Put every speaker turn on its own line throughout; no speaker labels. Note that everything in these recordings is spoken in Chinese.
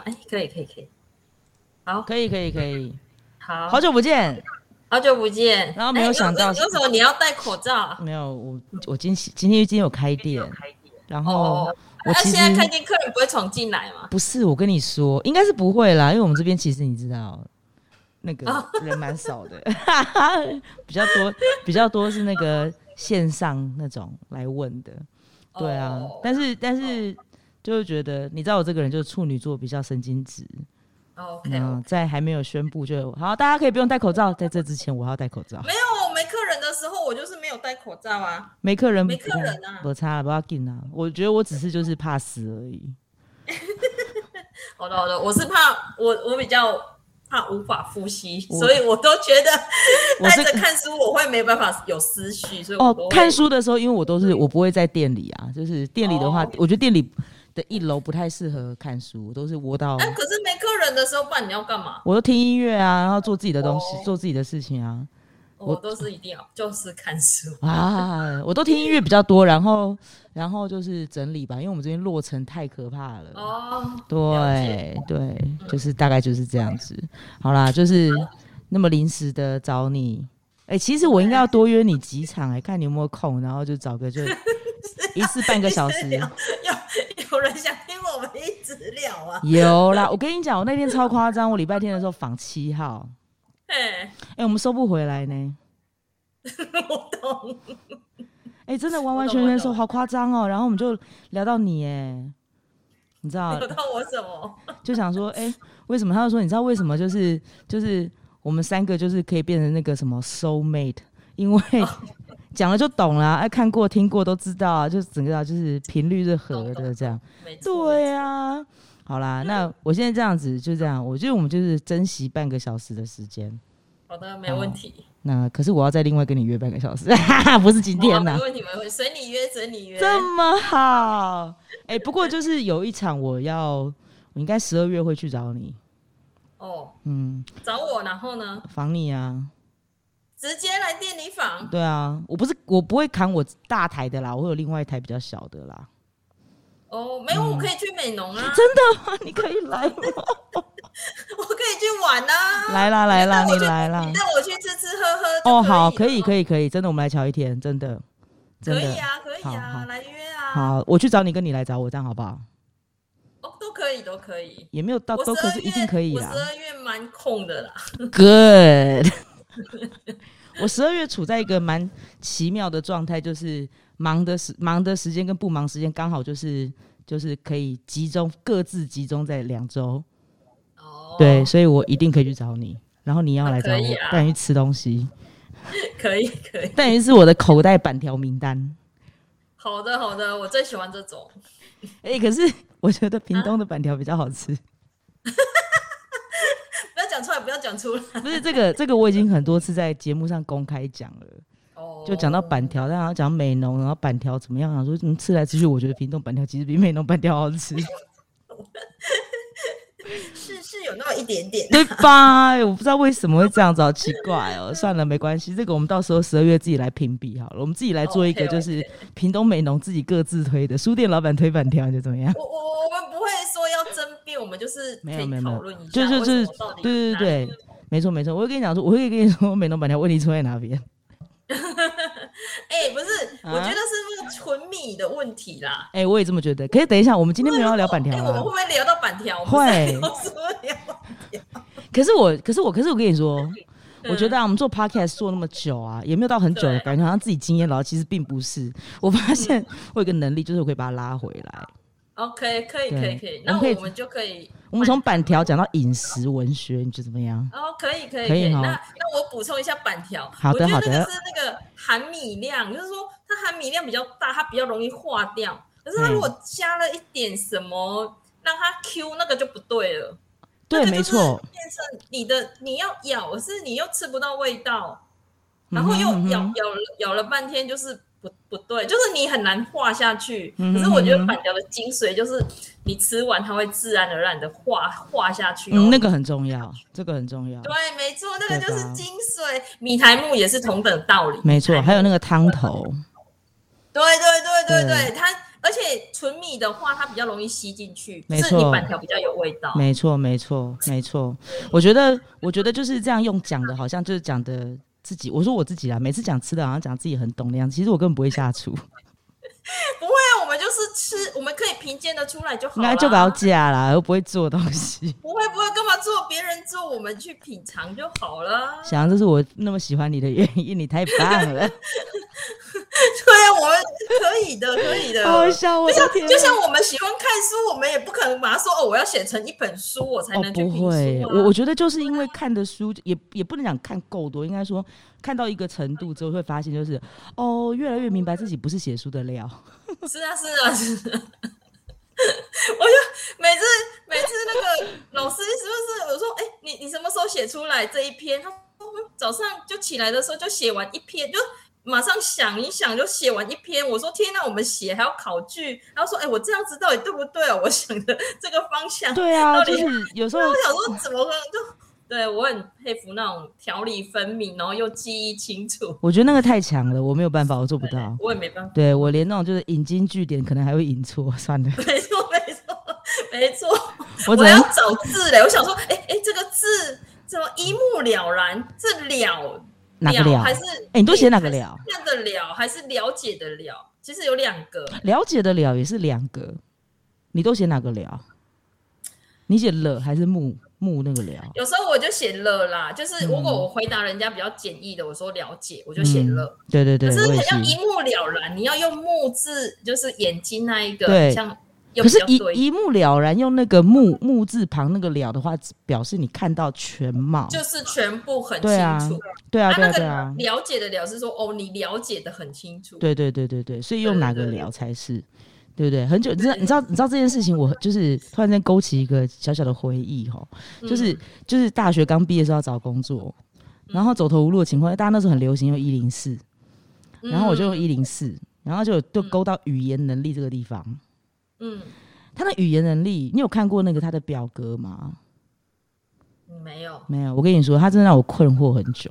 哎，可以可以可以，好
可以可以可以，
好
好久不见，
好久不见。
然后没有
哎
想到
为什么为什么你要戴口罩啊？
没有我我今今天今天有开店，然后
哦
我
那
其实
现在开店客人不会闯进来吗？
不是我跟你说，应该是不会啦，因为我们这边其实你知道。那个
哦
人蛮少的， 比较多比较多是那个线上那种来问的，对啊，
哦
但是但是就会觉得，你知道我这个人就是处女座比较神经质，
哦 OK，
嗯，在还没有宣布就好，大家可以不用戴口罩，在这之前我要戴口罩。
没有，我没客人的时候，我就是没有戴口罩啊。
没客人，
没客人啊
不差了，不要紧啊。我觉得我只是就是怕死而已。
好的好的，我是怕我我比较怕无法呼吸，
我
所以我都觉得
我是
戴着看书我会没办法有思绪，所以我
哦
都，会
看书的时候，因为我都是我不会在店里啊，就是店里的话，
哦
我觉得店里的一楼不太适合看书，我都是窝到，
哎、可是没客人的时候，不然你要干嘛？
我都听音乐啊，然后做自己的东西，
哦
做自己的事情啊
我哦都是一定要，就是看书。
啊，我都听音乐比较多，然后然后就是整理吧，因为我们这边落成太可怕了。
哦，
对对，就是大概就是这样子。好啦，就是那么临时的找你。哎、其实我应该要多约你几场、哎，看你有没有空，然后就找 个就一次半个小 时。
有有人想听我们一直聊啊？
有啦，我跟你讲，我那天超夸张，我礼拜天的时候访七号，
哎，
哎、我们收不回来呢。
我懂。
哎、真的完完全全收，
我懂我懂
好夸张哦。然后我们就聊到你、哎，你知 道
惹，到我什么？
就想说，哎、为什么？他就说，你知道为什么？就是就是我们三个就是可以变成那个什么 soul mate，因为
哦
讲了就懂啦、哎、看过听过都知道、啊，就整个啊就是频率是合
懂
的
懂
这样。
没错，
对啊，好啦，那我现在这样子就这样，我觉得我们就是珍惜半个小时的时间。
好的，没问题。
那可是我要再另外跟你约半个小时，不是今哦天
好
呐、
没问题，没问题，随你约，随你约。
这么好，哎、不过就是有一场我要，我应该十二月会去找你，
哦，
嗯，
找我，然后呢，
防你啊，
直接来店里访。
对啊，我不是我不会扛我大台的啦，我有另外一台比较小 的啦。
哦，没有，
嗯
我可以去美容啊，
真的吗？你可以来吗？
我可以去玩啊。
来啦 来啦，
那
你
我就
来啦
你。带我去吃吃喝喝就
哦，好，可以
以了，
可以可以，真的，我们来瞧一天，真的，真
可
的。
以啊，可以
好好
啊，来约啊，
好，我去找你，跟你来找我，这样好不好？
哦，都可以，都可以。
也没有到
我
都可是
12
一定可以啊
月
啦
我。十二月蛮空的啦，
Good 。 我十二月处在一个蛮奇妙的状态，就是忙的时忙的时间跟不忙时间刚好就是就是可以集中各自集中在两周。
哦，
对，，所以我一定可以去找你，然后你要来找
那可以
我，
啊
带你去吃东西，
可以可以，
带你是我的口袋板条名单。
好的好的，我最喜欢这种，
哎、可是我觉得屏东的板条比较好 吃，
不要讲出来，不要讲出来，
不是这个这个我已经很多次在节目上公开讲了，
哦，
就讲到板条，然后讲美浓，然后板条怎么样，想说嗯吃来吃去，我觉得屏东板条其实比美浓板条好 吃，
是是有那么一点点，
对吧？哎我不知道为什么会这样子，好奇怪哦。算了，没关系，这个我们到时候十二月自己来评比好了，我们自己来做一个
哦 OK，OK
就是屏东美浓自己各自推的，书店老板推板条，你觉得怎么样？
我我我们不会说要争辩，我们就是可
没有没
以
有
讨论一下，
就就
为
就
什
是
么到底
对对
哪
对，没错没错，我会跟你讲说，我会跟你说美容板条问题出在哪边。
哎、不是，
啊
我觉得是那个纯米的问题啦。
哎、我也这么觉得。可是等一下，我们今天没有要聊板条
哎我们
啊
会不。会聊到板条？我
会
们是聊说聊
可是我，可是我，可是我跟你说，
嗯
我觉得啊，我们做 podcast 做那么久啊，也没有到很久的
对
感觉，好像自己经验老，其实并不是。我发现我有一个能力，就是我可以把它拉回来。
OK，可以，
对
可以，可以。
我
那
们可以
我们就可以，
我们从板条讲到饮食文学，你觉得怎么样？
哦，可以，可以，
可以哦
那那我补充一下板条，
好的
我觉
好
得
的
那个是那个含米量，就是说它含米量比较大，它比较容易化掉。可是它
嗯
如果加了一点什么，让它 Q，那个就不对了。
对，
那个
没
就是
错。
变成你的你要咬，是你又吃不到味道，然后又
嗯哼
咬、
嗯哼
咬了咬了半天，就是不不对，就是你很难化下去。
嗯哼
可是我觉
嗯
得
哼
板条的精髓就是你吃完，它会自然而然的化化下去、哦。
嗯，那个很重要，这个很重要，
对，啊没错，那个就
对
是
吧
精髓。米苔木也是同等道理，
没错。还有那个汤头，
对对对对对，它而且纯米的话，它比较容易吸进去，
没错
就是你板条比较有味道。
没错，没错，没错。我觉得，我觉得就是这样用讲的，好像就是讲的自己。我说我自己啦，每次讲吃的，好像讲自己很懂的样子。其实我根本不会下厨，
不会啊，我们就是吃，我们可以评鉴的出来就 好
应
啦
该就搞假啦，又不会做东西。
不会不会，干嘛做别人做，我们去品尝就好了。
想这是我那么喜欢你的原因，你太棒了，
对啊，我们可以的，可以的。
好好笑！我
就
的
像
天啊，
就像我们喜欢看书，我们也不可能把它说哦，我要写成一本书，我才
哦
能，去
不
评书、啊
会，我我觉得就是因为看的书也也不能讲看够多，应该说看到一个程度之后，会发现就是哦，越来越明白自己不是写书 的料。
是啊，是啊，是啊。 我就每次每次那个老师是不是我说，哎、你你什么时候写出来这一篇？他说嗯早上就起来的时候就写完一篇，就马上想一想就写完一篇。我说天呐，我们写还要考据，然后说，哎、我这样子到底对不对啊？我想的 这个方向，
对啊，
到底
就是有时候
那我想说怎么可能就。对，我很佩服那种条理分明，然后又记忆清楚，
我觉得那个太强了，我没有办法，我做不到。
我也没办法。
对我连那种就是引经据典，可能还会引错，算了，
没错，没错，没错。
我
我
只
要
能
找字嘞，我想说，哎、哎、这个字怎么一目了然？这了
哪个了？
还
哎、
是
你都写哪个了？
看的了还是了解的了？其实有两个，
了解的了也是两个，你都写哪个了？你写了还是木木那个了？
有时候我就写了啦，就是如果我回答人家比较简易的，我说了解，我就写了。
嗯对对对，
可是
我也
要
是。
一目了然，你要用目字，就是眼睛那一个，
对
像又比
可是
较
一
对，
一目了然，用那个木木字旁那个了的话，表示你看到全貌。
就是全部很清
对啊
楚。
对啊，
他
对啊，
那
对
个
啊，
了解的了是说，哦，你了解的很清楚。
对对对对对，所以
对
用
对
哪个
对
聊才是，对不对？很久，你知道，你知道，你知道这件事情，我就是突然间勾起一个小小的回忆哈，
嗯
就是、就是大学刚毕业的时候要找工作，然后走投无路的情况下，大家那时候很流行用一零四，
嗯，
然后我就用一零四，然后就就勾到语言能力这个地方。
嗯，
他的语言能力，你有看过那个他的表格吗？
嗯没有，
没有，我跟你说，他真的让我困惑很久。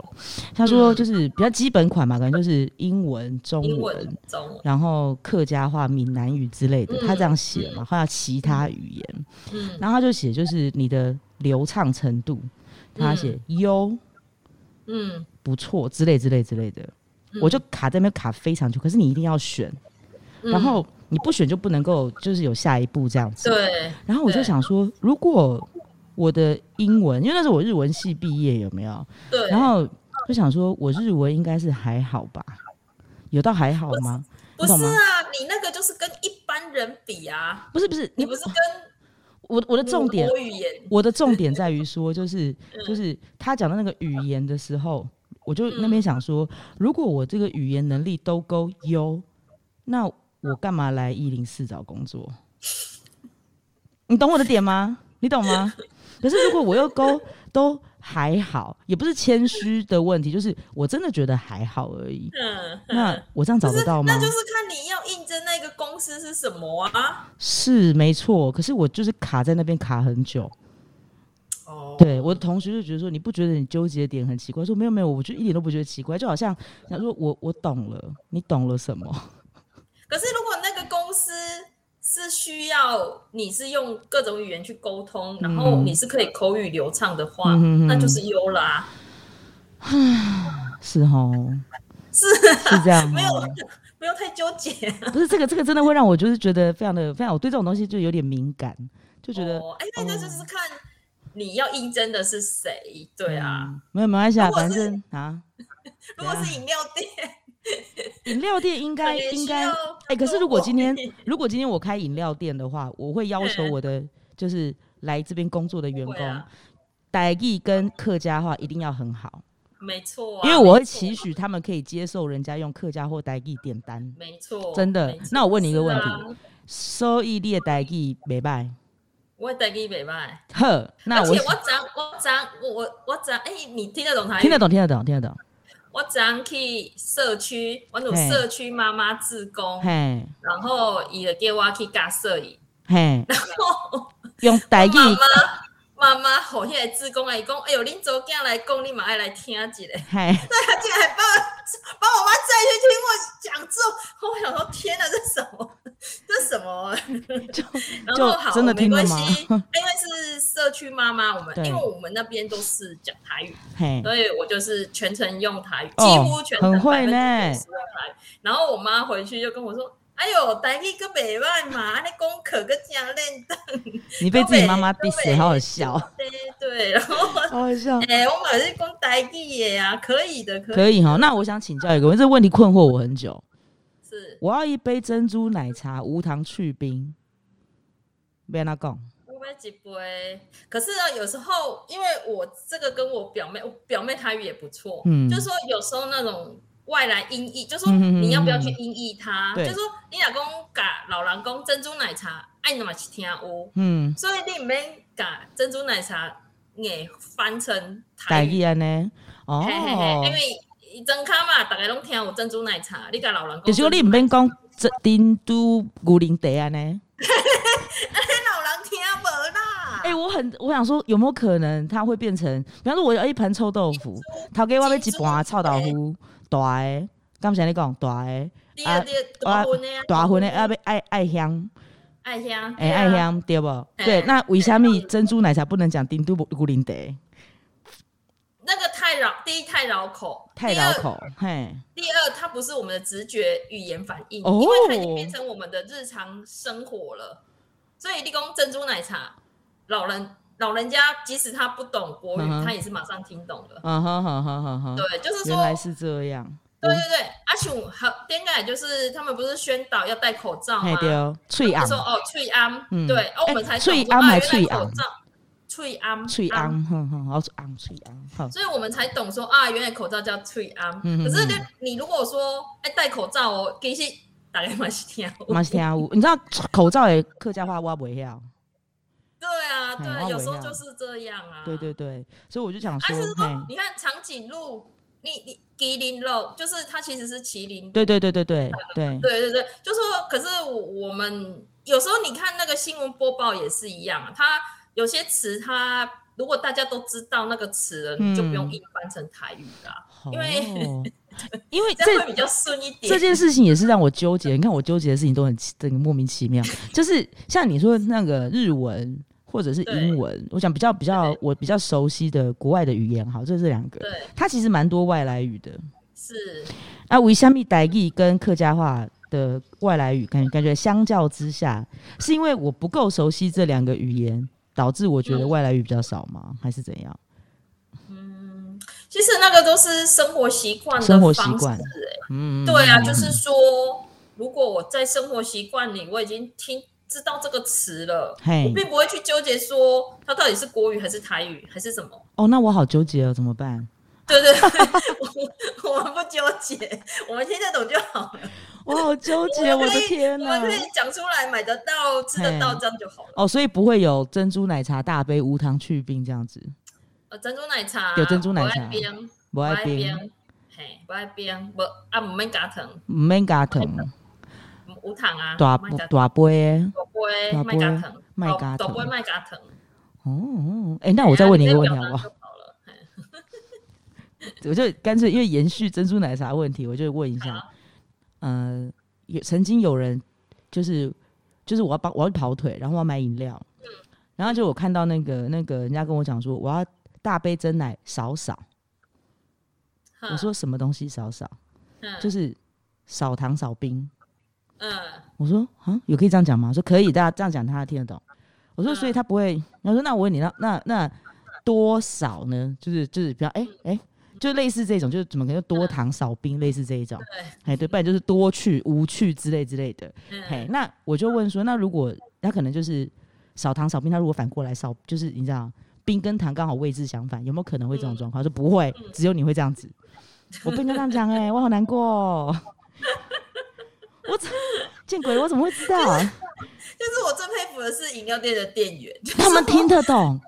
他说就是比较基本款嘛，可能就是英文、中
嗯英
文
文、中文，
然后客家话、闽南语之类的，他这样写嘛，还有其他语言，
嗯
然后他就写就是你的流畅程度，他写优
嗯
不错之类之类之类的，我就卡在那边卡非常久，可是你一定要选，
嗯
然后你不选就不能够就是有下一步这样子，
对，
然后我就
对
想说，如果我的英文，因为那时候我日文系毕业，有没有？
对，
然后就想说我日文应该是还好吧，有到还好吗？
不
你
是
懂吗
啊，你那个就是跟一般人比啊，
不是不是，
你
你
不是跟
我我的重点
母国语言，
我的重点在于 说，就是
嗯
就是他讲到那个语言的时候，我就
嗯
那边想说，如果我这个语言能力都够优，那我干嘛来一零四找工作？你懂我的点吗？你懂吗？可是如果我又勾都还好，也不是谦虚的问题，就是我真的觉得还好而已。
嗯，
那我这样找
不
得
是，
到吗
那？就是看你要应征那个公司是什么啊。
是没错，可是我就是卡在那边卡很久。
哦，
对，我的同学就觉得说，你不觉得你纠结的点很奇怪？说没有没有，我就一点都不觉得奇怪，就好像想说我我懂了，你懂 了什么？
可是如果那个公司是需要你是用各种语言去沟通，然后你是可以口语流畅的话，
嗯
那就是优啦。
是哦，
是啊
是这样
没有
哦。
不用太纠结啊。
不是这个这个真的会让我就是觉得非常的非常，我对这种东西就有点敏感，就觉得、
哦，哎，那那就是看你要应征的是谁，对啊。
嗯，啊没有没关系啊，
如果
反
是
正啊，
如果是饮料店，
饮料店应该
也需
应该
要
哎、可是如果 今天
多
如果今天我开饮料店的话，我会要求
嗯
我的就是来这边工作的员
会
工
啊，
台语跟客家话一定要很好。
没错、啊，
因为我会
没错
期许他们可以接受人家用客家或台语点单，
没错，
真的
没错
那我问你一个问题
是啊
所以你的台语袂歹。
我台语袂歹，
呵，那
而
我
且我昨我昨我我我昨哎、你听得懂台语？
听得懂，听得懂，听得懂。
我昨去社区，我有
嘿
社区妈妈志工，
嘿，
然后伊就叫我去教摄影，
嘿，
然后
用台语
妈妈妈妈吼迄个志工来讲，哎呦，恁昨囝来讲，你嘛爱来听一下。
嘿，
他竟然还把我把我妈载去听我讲座，我想说天哪，这是什么？这什么啊？
就
然
就
后好，
真的
没
听了
关
吗
系，因为是社区妈妈，我们
对
因为我们那边都是讲台语，
嘿，
所以我就是全程用台语，
哦
几乎全程
很
百
会
分之
呢
九十用台语。然后我妈回去就跟我说：“哎呦，台语个北外嘛，那功课个加练的。
你被自己
东北
妈妈
东
diss，
北
好好笑，”
对对，然后我
好好笑。
哎、我买是讲台语的啊，可以的，可以
可以哈，那我想请教一个问题，这问题困惑我很久。
是。
我要一杯珍珠奶茶，无糖去冰。别那讲，
我买几杯，可是呢，有时候因为我这个跟我表妹，我表妹台语也不错，
嗯
就是说有时候那种外来音译，就说
嗯嗯嗯
你要不要去音译它，
对
就说你老公嘎老狼公珍珠奶茶，哎爱那么去听我，
嗯，
所以你免嘎珍珠奶茶也翻成台
代
语，
意安呢？哦
嘿，嘿嘿，因为伊真卡嘛，大家拢听有珍珠奶茶，你甲老人讲，
就是说你唔免讲这珍珠牛奶茶安呢。
哎老人听无啦，
哎、我很我想说，有没有可能它会变成，比方说我要一盘臭豆腐，
啊
头给我要一盘臭豆腐，大的，刚才你讲大的，
第二第大婚的啊，
大份的要要爱爱香，
爱香，
哎、
对啊
爱香对不？对，那为什么珍珠奶茶不能讲珍珠牛奶茶？
那个太绕，第一太绕口，
太绕口，嘿，
第二。第二，它不是我们的直觉语言反应，
哦
因为它已经变成我们的日常生活了。所以立功珍珠奶茶，老人老人家即使他不懂国语，
嗯哼
他也是马上听懂的。
啊哈哈哈哈哈，
对，就是
原
说，
来是这样，
对对对，阿雄和颠改就是他们不是宣导要戴口罩
嘿
吗？
对
啊就
哦，翠昂
说哦，翠安，
嗯
对，哦，我们
哎
才
翠
懂说
安
啊
还
原来
翠
口
昂
罩，翠安，
翠
安
昂，哼哼，好昂翠昂，好，
所以我们才懂说啊，原来口罩叫翠安。
嗯
可是
嗯
你你如果说哎、戴口罩哦，其实大概蛮是听有。
嘛是听啊有，你知道口罩的客家话我不会晓，
对啊，对
嗯
啊，
我
有时候
一样
就是这样啊。
对对。对，所以我就想
啊，
说
就是，
嘿，
说你看长颈鹿，你你麒麟肉，就是它其实是麒麟。
对对对对对对，
对对对，就说可是我我们有时候你看那个新闻播报也是一样啊，它有些词它如果大家都知道那个词了，你就不用
嗯
硬翻成台语啦，因为
哦，因为
这样
这
会比较顺一点。
这件事情也是让我纠结。你看我纠结的事情都很奇这个莫名 其妙，就是像你说的那个日文或者是英文，我想比较比较我比较熟悉的国外的语言，好，这是两个，
对
它其实蛮多外来语的。
是。
啊，维虾米台语跟客家话的外来语感觉感觉相较之下，是因为我不够熟悉这两个语言，导致我觉得外来语比较少吗？还是怎样？
其实那个都是生活习惯的
生活
方式、
习惯
欸
嗯，
对啊，就是说，如果我在生活习惯里，我已经听知道这个词了，
嘿
我并不会去纠结说它到底是国语还是台语还是什么。
哦，那我好纠结哦，怎 么办？
对对 对，我我们不纠结，我们听得懂就好了。
我好纠结，
我
啊我
们可
的
以
天
我
哪
们！可以讲出来，买得到、吃得到，
嘿
这样就好了。
哦，所以不会有珍珠奶茶大杯无糖去冰这样子，
呃，珍珠奶茶，
有珍珠奶
不爱
茶
冰，
不
不
爱
爱
冰，
冰，啊嘿，不爱冰，不啊，唔免加糖，
唔免加糖，
无糖啊，
大
不要加糖
大杯的。
大杯
大
麦加
杯
藤，
麦
大
加
大杯
藤
麦加藤。
哦哦，哎、那我
啊
再问你一个问题好不好？
好？了嘿
我就干脆因为延续珍珠奶茶问题，我就问一
啊
下，呃，有曾经有人就是就是我要帮我要去跑腿，然后我要买饮料，然后就我看到那个那个人家跟我讲说我要大杯真奶少少，
哈
我说什么东西少少，
嗯
就是少糖少冰。
嗯，
我说啊，有可以这样讲吗？我说可以，大家这样讲他听得懂。我说，所以他不会。我说，那我问你，那那那多少呢？就是就是，比方哎哎，就类似这种，就是怎么可能就多糖少冰，类似这一种。哎，对，不然就是多去无去之类之类的。嘿，
嗯
那我就问说，那如果他可能就是少糖少冰，他如果反过来少，就是你知道冰跟糖刚好位置相反，有没有可能会
嗯
这种状况？他说不会，只有你会 这样子。我不应该这样讲哎、我好难过、哦。我怎见鬼了？我怎么会知道？
就是我最佩服的是饮料店的店 员，
他们听得懂，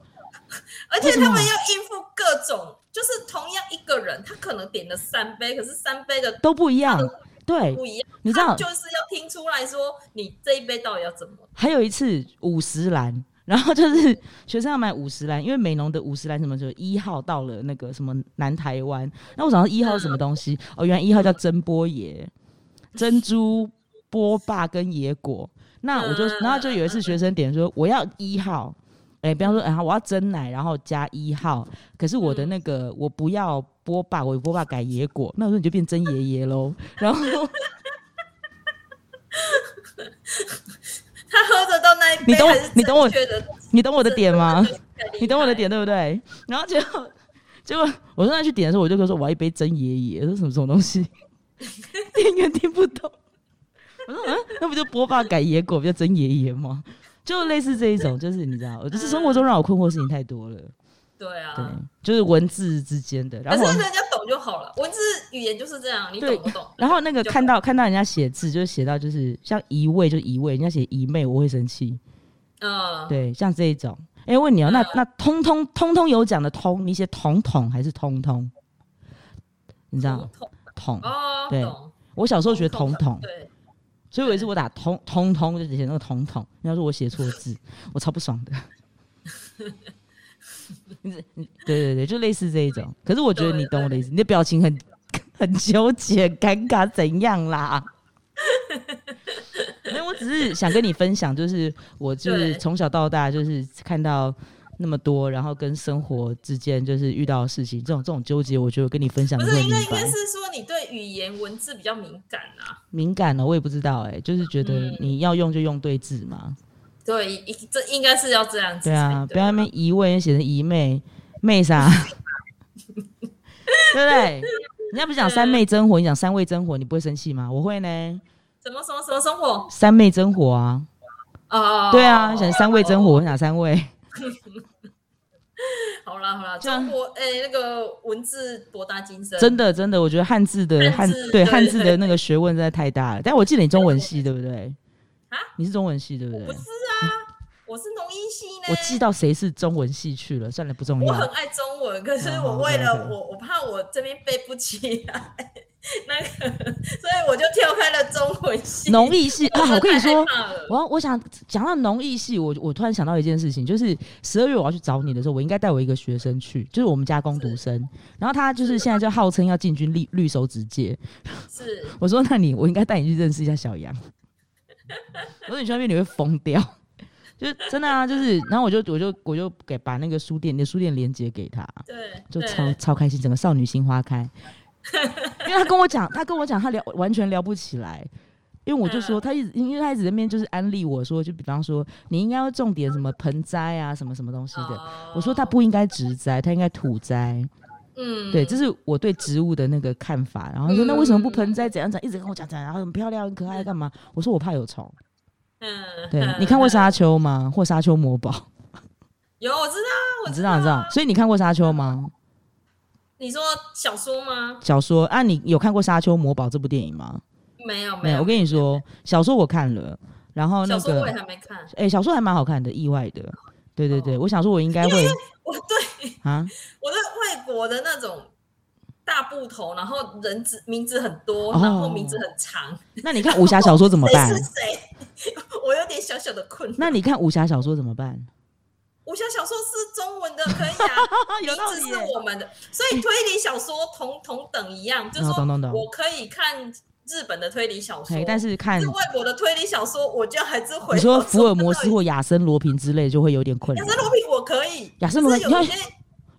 而
为
且
什么
他们要应付各种，就是同样一个人，他可能点了三杯，可是三杯的
都不一样。对，
不一样，
你知道
他就是要听出来说你这一杯到底要怎么。
还有一次五十兰，然后就是 学生要买五十兰，因为美浓的五十兰什么就一号到了那个什么南台湾，那我想到一号是什么东西？哦，原来一号叫珍波爷，珍珠波霸跟野果。那我就
嗯，
然后就有一次学生点说我要一号，哎、比方说，然后我要蒸奶，然后加一号。可是我的那个我不要波霸，我波霸改野果，那我说你就变蒸爷爷喽。然后
他喝得到那一杯，
你懂我
还是
你懂我
正确的
你懂我的点吗？
感觉
你懂我的点对不对？然后结果结果我让他去点的时候，我就跟他说我要一杯蒸爷爷，这是什么什么东西？店员听不懂。我说嗯，那不就波霸改野果，不就蒸爷爷吗？就类似这一种，就是你知道，就是生活中让我困惑的事情太多了。
对
对
啊，，
就是文字之间的。
可
然后我
是人家懂就好了，文字语言就是这样，你
对
懂不懂？
然后那个
就
看到看到人家写字，就是写到就是像一位就一位，人家写一妹我会生气。
嗯，
对，像这一种。哎、问你哦、那那通通通通有奖的通，你写统统还是通通？你知道
懂懂
统？
哦，
对
懂，
我小时候学统统，
对，
所以有一次我打通通通就写那个统统，人家说我写错 字，我超不爽的。你这你对对对，就类似这一种。可是我觉得你懂我的意思，你的表情很 很纠结、尴尬，怎 样啦？没有，我只是想跟你分享，就是我就是
对
从小到大就是看到那么多，然后跟生活之间就是遇到的事情，这种这种纠结，我觉得我跟你分享
不
你
是
会
应
明
该应该
白。
是说你对语言文字比较敏感啊？
敏感了，我也不知道哎、就是觉得
嗯
你要用就用对字嘛。
对，一这应该是要这样子
对啊
才，
不要在那边一位写成姨妹妹啥， 对不对？人家不是
嗯
讲三昧真火，你讲三味真火，你不会生气吗？我会呢，
什么什么什么生活
三昧真火啊，
哦，
对啊，你讲三味真火，我讲三味，
好啦好啦，
这样
中国哎那个文字博大精深，
啊真的真的，我觉得汉字的
汉
汉
字
对
对
汉字的那个学问真的太大了。但我记得你中文系对不对？
啊，
你是中文系对不对
不？是啊，我是农医系呢，
我记到谁是中文系去了，算了，不重
我
要
很。爱中文，可是
哦
我为
好
了
，OK，OK
我我怕我这边背不起来， 那个，所以我就跳开了中文系。
农艺系啊，我跟你说
太害，怕了
我要我想讲到农艺系，我我突然想到一件事情，就是十二月我要去找你的时候，我应该带我一个学生去，就是我们家工读生，然后他就是现在就号称要进军绿绿手指界，
是
我说那你我应该带你去认识一下小杨，我说你去那边你会疯掉， 就是真的啊，就是然后我就我就我就给把那个书店你的书店连接给他，
对，
就
对
超超开心，整个少女心 花开。因为他跟我讲，他跟我讲，他聊完全聊不起来。因为我就说，
嗯
他一直因为他一直在那边就是安利我说，就比方说你应该要重点什么盆栽啊，什么什么东西的。
哦
我说他不应该植栽，他应该土栽。
嗯
对，这是我对植物的那个看法。然后他说
嗯
那为什么不盆栽？怎样怎样，一直跟我讲讲，然后很漂亮、很可爱，干嘛？我说我怕有虫。
嗯
对
嗯
你看过沙丘吗？或沙丘魔堡？
有我知道，啊我
你知道，你知道。所以你看过沙丘吗？
你说小说吗？
小说啊，你有看过《沙丘魔堡》这部电影吗？
没有
没有，
有，
我跟你说，小说我看了，然后那
小说
个
我也，还没看。
哎、小说还蛮好看的，意外的，对对对，
哦
我想说我应该会
我对
啊，
我对外国的那种大部头，然后人字名字很多，
哦
然后名字很长，
那你 看武侠小说怎么办
谁？是谁？ 我有点小小的困扰。
那你看武侠小说怎 么办？
武侠小说是中文的，可以 啊，
啊，
名字是我们的，所以推理小说同同等一样，就是
哦
说
懂懂懂
我可以看日本的推理小说
哎，，但是看
是外国的推理小说，我就还是回
你说福尔摩斯
或
或亚森罗平之类，就会有点困
亚
扰。
森罗平，我可以，
亚森罗
可
平
是有一些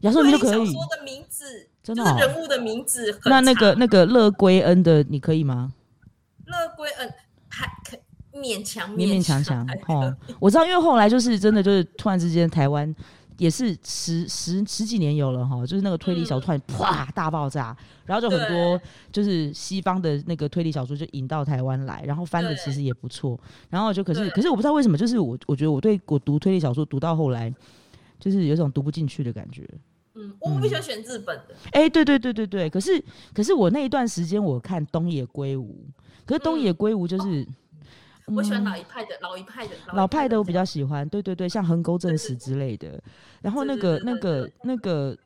亚森
推
罗
理
平
小
就可以，
说的名字，
真
就
的
是
哦
人物的名字很
那那
长
个那个乐归恩的你可以吗？
乐归嗯还可勉强
勉勉强强
还
哦，我知道，因为后来就是真的就是突然之间台湾也是十十十几年有了哈，就是那个推理小说突然啪大爆炸，然后就很多就是西方的那个推理小说就引到台湾来，然后翻的
对
其实也不错，然后就可是
对
可是我不知道为什么，就是我我觉得我对我读推理小说读到后来。就是有一种读不进去的感觉，
嗯，我比较选日本的，
哎、对对对对对，可是可是我那一段时间我看东野圭吾，可是东野圭吾就是、
我喜欢
嗯
老一派的，老一派的，
老派的我比
较
较喜欢，对对对，像横沟正史之类的。然后那
对
个
对
那
对
个那个，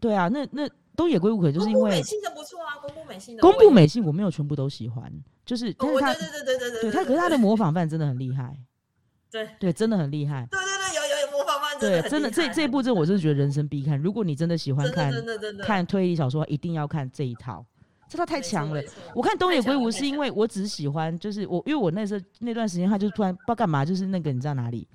对啊，那那东野圭吾可能就是
宫
因
部美
为
幸的不错啊，宫部美幸的，
宫部
我也
美幸，我没有全部都喜欢，就是但
哦
是
我
他
对对对对对
对他，可是他的模仿犯真的很厉害，
对
对，真的很厉害。
对对对，有有有模仿犯
对，
很
真的
厉
这
害
这 部真的我真的觉得人生必看。如果你真的喜欢
真的
看
真的真的
看推理小说，一定要看这一套，这套太强了
没。错。没错
我看东野圭
太强
吾
了
是因为我只喜欢，就是我，因为我那时候那段时间他就突然不知道干嘛，就是那个你知道哪里？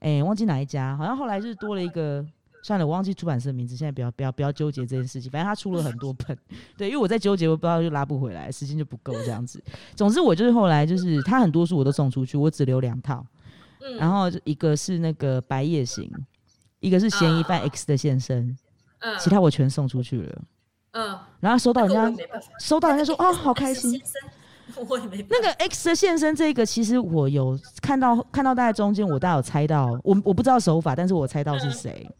哎、忘记哪一家，好像后来就是多了一个，算了，我忘记出版社名字，现在不要不要不要纠结这件事情，反正他出了很多本，对，因为我在纠结，我不知道就拉不回来，时间就不够这样子。总之我就是后来就是他很多书我都送出去，我只留两套，
嗯
然后一个是那个《白夜行》，一个是《嫌疑犯 X 的现身》，
啊嗯
其他我全送出去了。
嗯，
然后收到
那
人
个我也
家
没办法，
收到人家说哦，好开心。
先生。我也没办
那个 X 的现身这个，其实我有看到，看到大概中间，我大概有猜到，我我不知道手法，但是我猜到是谁。
嗯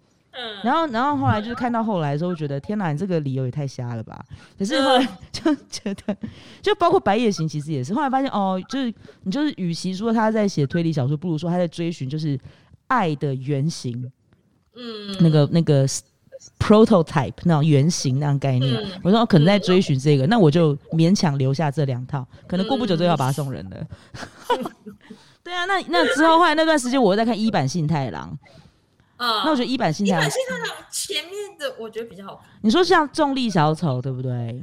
然后，然后后来就是看到后来的时候，觉得天哪，你这个理由也太瞎了吧！可是后来 就觉得，就包括《白夜行》，其实也是后来发现哦，就是你就是，与其说他在写推理小说，不如说他在追寻就是爱的原型。
嗯
那个那个 s- prototype 那种原型那样概念。
嗯
我说、哦可能在追寻这个，那我就勉强留下这两套，可能过不久就要把它送人了。
嗯
对啊，那那之后后来那段时间，我又在看一版信太郎，
啊，
那我觉得一版信
你
太
把
郎，
现在那前面的我觉得比较好看，
你说像重力小丑对不对？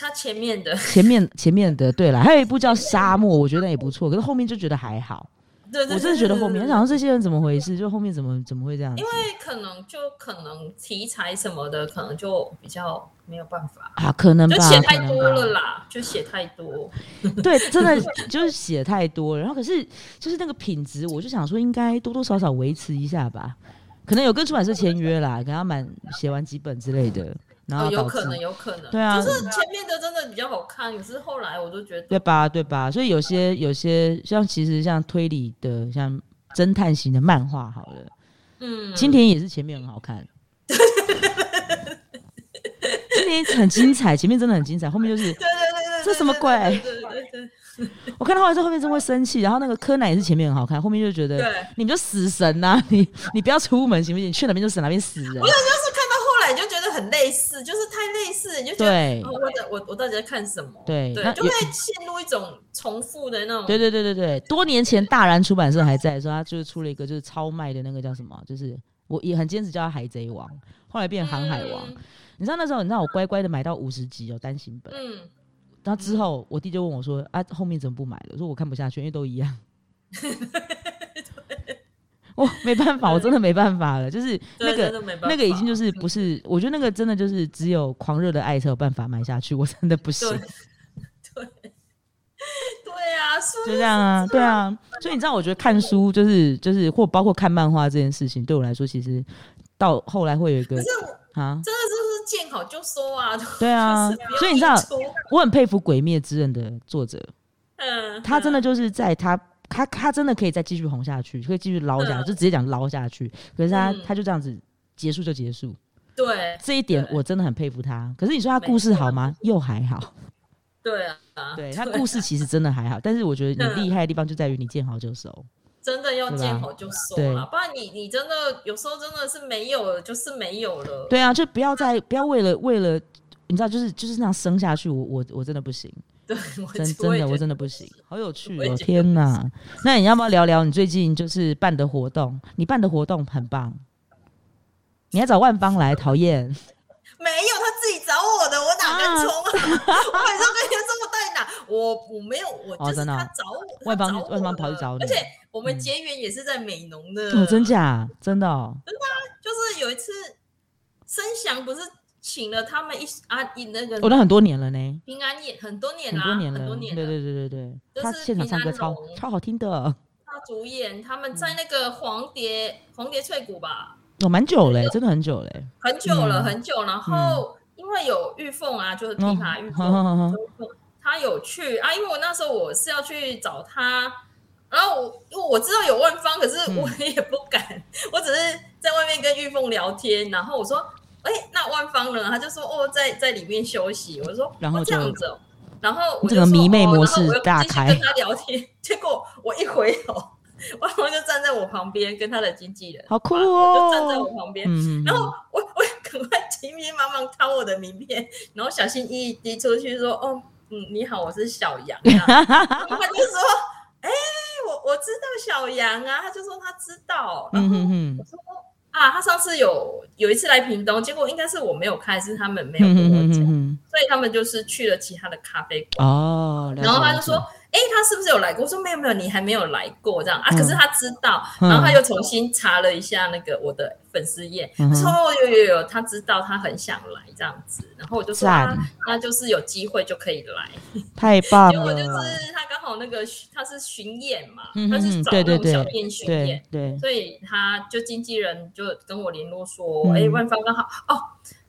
他前面的，
前面前面的对啦，还有一部叫沙漠，我觉得也不错，可是后面就觉得还好，
对对对
我真的觉得后
对
面，
对
想说这些人怎么回事，就后面怎么怎么会这样子
因？为可能就可能题材什么的，可能就比较没有办法，
啊，可能吧，
就写
可
太
能
多
吧
了啦，就写太多。
对，真的就是写太多了。然后可是就是那个品质，我就想说应该多多少少维持一下吧。可能有跟出版社签约 啦，给他满写完几本之类的，然后
哦，有
导致、
可能，有可能，
对啊
就是前面的真的比较好看，可是后来我就觉得，
对吧？对吧？所以有些有些像其实像推理的，像侦探型的漫画好了，
嗯，
青田也是前面很 好看。今天很精彩，前面真的很精彩，后面就是
对对对对，
这什么鬼
对对对对对
我看到后来之后后面真的会生气，然后那个柯南也是前面很好看，后面就觉得
对
你们就死神呐、你你不要出门行不行？你去哪边就死哪边死人。
就是看到后来就觉得很类似，就是太类似，你就觉得
对
哦我在我我到底在看什么？
对
对
那，
就
有
会陷入一种重复的那种。
对对对对对，多年前大然出版社还在的时候，他就是出了一个就是超卖的那个叫什么，啊就是我也很坚持叫他海贼王，后来变航海
嗯
王。你知道那时候你知道我乖乖的买到五十集哦单行本，
嗯，
然后之后我弟就问我说啊后面怎么不买了？我说我看不下去，因为都一样。 我没办法，我真的没办法了，就是
对
那个
真的没办法
那个已经就是不是，我觉得那个真的就是只有狂热的爱才有办法买下去，我真的不行
对，对啊，是
就这样啊，对啊，所以你知道，我觉得看书就是就是或包括看漫画这件事情，对我来说其实到后来会有一个
可是我
啊，
真的就是见好就收啊。
对
就
啊
是不要
所以你知道
硬戳
我很佩服《鬼灭之刃》的作者，
嗯，
他真的就是在他。他他真的可以再继续红下去，可以继续捞下去，
嗯
就直接讲捞下去。可是他、
嗯
他就这样子结束就结束，
对
这一点
对
我真的很佩服他。可是你说他
没
故事
错
好吗？又还好。
对啊，嗯
对他故事其实真的还好，但是我觉得你厉害的地方就在于你见好就收。
真的要
对吧
见好就收
对
啦，不然你你真的有时候真的是没有了，就是没有了。
对啊，就不要再不要为了为了，你知道，就是就是那样生下去，我我我真的不行，
对， 我
真
我
真
也觉
的我
得
真的不行，好有趣
我也
哦，
觉得
天哪！那你要不要聊聊你最近就是办的活动？你办的活动很棒。你还找万芳来，讨 厌！
没有，他自己找我的，我哪敢冲啊？ 我晚上跟人家说我到底哪？我我没有，我
哦
就是
真的哦
他找我，他
万邦
找我
万邦跑去找你
而且我们
嗯
结缘也是在美农的，
哦，真假？真的哦，
就是有一次，申翔不是请了他们一啊一那个
我都很多年了呢，
平安夜很多年
哦很
啦，
多年
很
了，
多
对
年
对
了。
对对对，
就是
他现场唱歌
平安哦
超
龙
超好听的，
他主演他们在那个黄蝶黄蝶翠谷吧，
哦，蛮久嘞，真的很久嘞。
很久了
嗯哦
很久，然后因为有玉凤啊，就是琵琶玉凤
好，好好，
他有去啊，因为我那时候我是要去找他，然后我因为我知道有万芳，可是
嗯
我也不敢， 我只是在外面跟玉凤聊天，然后我说，哎、那万芳呢？他就说，哦，在在里面休息。我说，
然后
哦
就
这样子哦、然后我
这
就
个
说
迷妹
哦
模
然后我
式
又
大
继续
开
跟他聊天，结果我一回头， 万芳就站在我旁边，跟他的经纪人，
好酷
就站在我
哦！
旁边，
嗯，嗯
然
嗯
后我我赶快 急急忙忙掏我的名片，然后小心翼翼递出去说：“哦，嗯，你好，我是小 杨、啊。”然后他就说：“哎、我我知道小杨啊。”他就说他知道，然
嗯
后
哼哼
我，说：“啊，他上次有有一次来屏东，结果应该是我没有开，是他们没有
嗯
跟我
嗯
讲，
嗯
所以他们就是去了其他的咖啡
嗯，
馆。
哦，了解
然后他就
了解
说：“哎、他是不是有来过？”我说：“没有没有，你还没有来过这样啊。
嗯
可是他知道，
嗯
然后他又重新查了一下那个我的粉丝页，
嗯哼
他说：“哦，有有有，他知道，他很想来这样子。”然后我就说：“
赞
啊，那就是有机会就可以来。
太棒
结果就
了，
是他刚好那个他是巡演嘛，
嗯
他
哼
是
哼
找
对
那
对
种
对
小店巡演
对，对，
所以他就经纪人就跟我联络说
嗯，
哎、万芳刚好哦，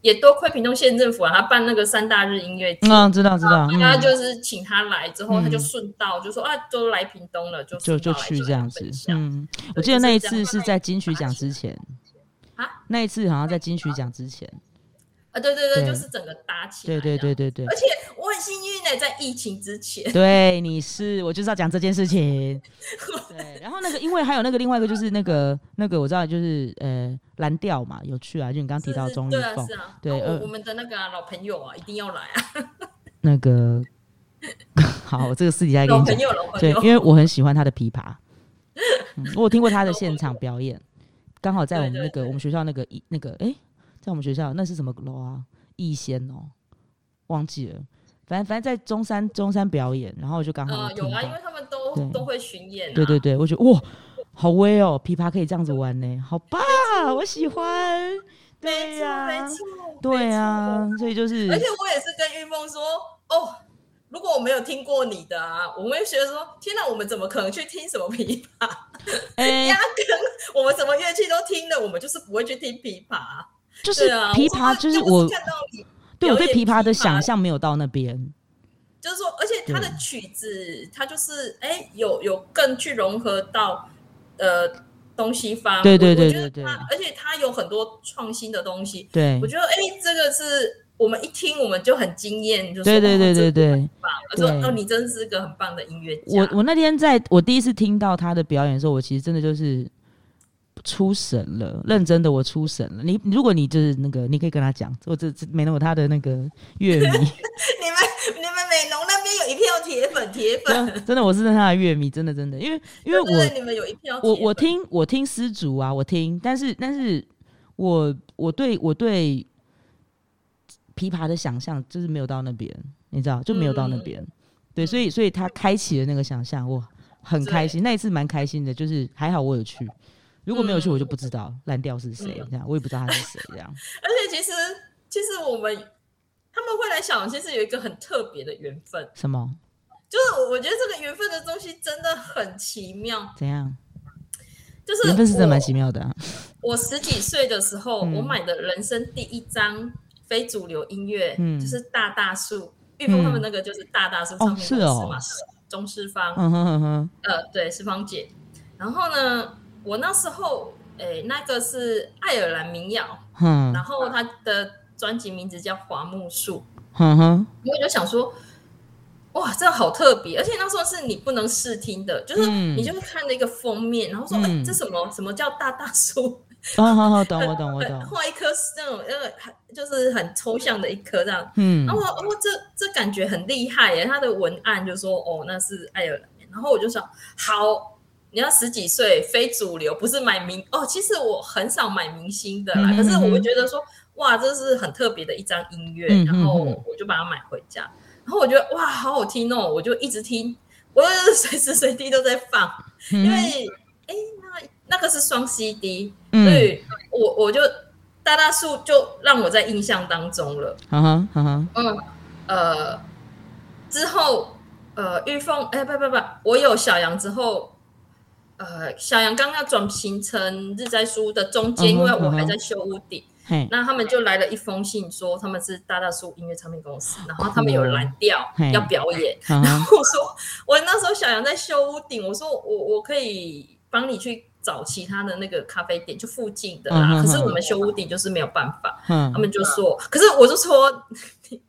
也多亏屏东县政府啊，他办那个三大日音乐节。
嗯，知道知道，
他
嗯
就是请他来之后，
嗯
他就顺道就说啊，都来屏东了，就
就
顺道
嗯就
来
去
跟
这样子
分，享
嗯，我
对
记
就
得
是
那一
这
次
样
是在金曲奖之前
啊，
那一次好像在金曲奖之前，
啊，对对对，
对
就是整个搭起
对
来，
对对。对对
而，且我很幸运呢、欸在疫情之前，
对，你是，我就是要讲这件事情。对，然后那个，因为还有那个另外一个就是那个那个我知道就是呃蓝调嘛，有趣啊，就你刚刚提到
是是
钟丽
对啊
凤
是，啊，
对
啊
呃
我我们的那个啊老朋友啊，一定要来啊，
那个 好，我这个私底下跟
老
你
朋
讲，
友老朋
对，因
友，
为我很喜欢他的 琵琶，嗯、我有听过他的现场表演，刚好在我们
对
那
对
个我们学校那个一那个哎、在我们学校那是什么楼啊？逸仙哦，忘记了，反正反正在中山中山表演，然后我就刚好
呃有
听
啊，
到
因为他们都
对
都会巡演、啊，
对对对，我觉得哇，好威哦，琵琶可以这样子玩呢，好棒，我喜欢。对
没错、
呀、
啊没错，
对呀、
没错
所以就是
而且我也是跟玉凤说，哦，如果我没有听过你的啊，我会觉得说，天哪，我们怎么可能去听什么琵琶？
哎、
压根我们什么乐器都听了，我们就是不会去听琵琶啊。
就是
对啊，
琵
我
琶，就是
是
我
看到你，
对我对
表演
琵琶的
琵琶
想象没有到那边。
就是说，而且它的
对
曲子，它就是哎，有有更去融合到呃东西方。
对对
我
对
我觉得
对
它而且它有很多创新的东西。
对
我，觉得哎，这个是我们一听我们就很惊艳，就说
对对
哦
对
这
对对，
我说
对
哦，你真是个很棒的音乐家。
我我那天在我第一次听到他的表演的时候，我其实真的就是出神了，认真的我出神了。你如果你就是那个，你可以跟他讲，我这这没那我他的那个乐迷。
你 们你们美农那边有一票铁粉，铁粉，
真的真的，我是他的乐迷，真的真的，因为因为
对不对
我
你们有一票铁
我
粉，
我听我听丝竹啊，我听，但是但是我我对我对琵琶的想象就是没有到那边，你知道就没有
嗯
到那边，对，所以所以他开启了那个想象，我很开心，那一次蛮开心的，就是还好我有去。如果没有去，
嗯
我就不知道蓝调是谁，这样我也不知道他是谁，这样
而且其实其实我们他们会来想，其实有一个很特别的缘分，
什么
就是我我觉得这个缘分的东西真的很奇妙，
怎样，
就是
缘分是真的蛮奇
妙。
妙的、啊。
我十几岁的时候，
嗯
我买的人生第一张非主流音乐，
嗯
就是大大树，玉峰他们那个就是大大树
哦
唱片公司
是哦
嘛，钟世芳，
嗯哼哼哼，
呃，对，是芳姐。然后呢，我那时候，诶，那个是爱尔兰民谣，然
哼
后她的专辑名字叫《华木树
哼哼，》，
我就想说，哇，这好特别，而且那时候是你不能试听的，就是
嗯
你就会看了一个封面，然后说，哎、
嗯
这什么什么叫大大树？
哦，好好懂我懂我懂，
画一棵那种那个很就是很抽象的一棵这样。
嗯
然后我哦，这这感觉很厉害耶！他的文案就说哦，那是爱尔兰。然后我就想，好，你要十几岁，非主流，不是买明哦。其实我很少买明星的啦，
嗯哼
可是我会
嗯哼
觉得说，哇，这是很特别的一张音乐，
嗯哼
然后
嗯
我就把它买回家。然后我觉得哇，好好听哦，我就一直听，我就是随时随地都在放，
嗯
因为哎，那那个是双 CD，所
嗯，
以我我就大大树就让我在印象当中了。
哈哈哈哈。
嗯，呃，之后呃，玉凤，哎、不不不，我有小杨之后，呃，小杨刚要转型成日在书的中间，
嗯
因
哼
为我还
嗯哼
在修屋顶，
嘿，
那他们就来了一封信，说他们是大大叔音乐唱片公司，然后他们有蓝调
嘿
要表演，
哈
然
哈，
后我说，我那时候小杨在修屋顶，我说我我可以帮你去。找其他的那个咖啡店，就附近的啦。
嗯哼
可是
哼
我们修屋顶就是没有办法，他
嗯，
们就说， 可是我就说，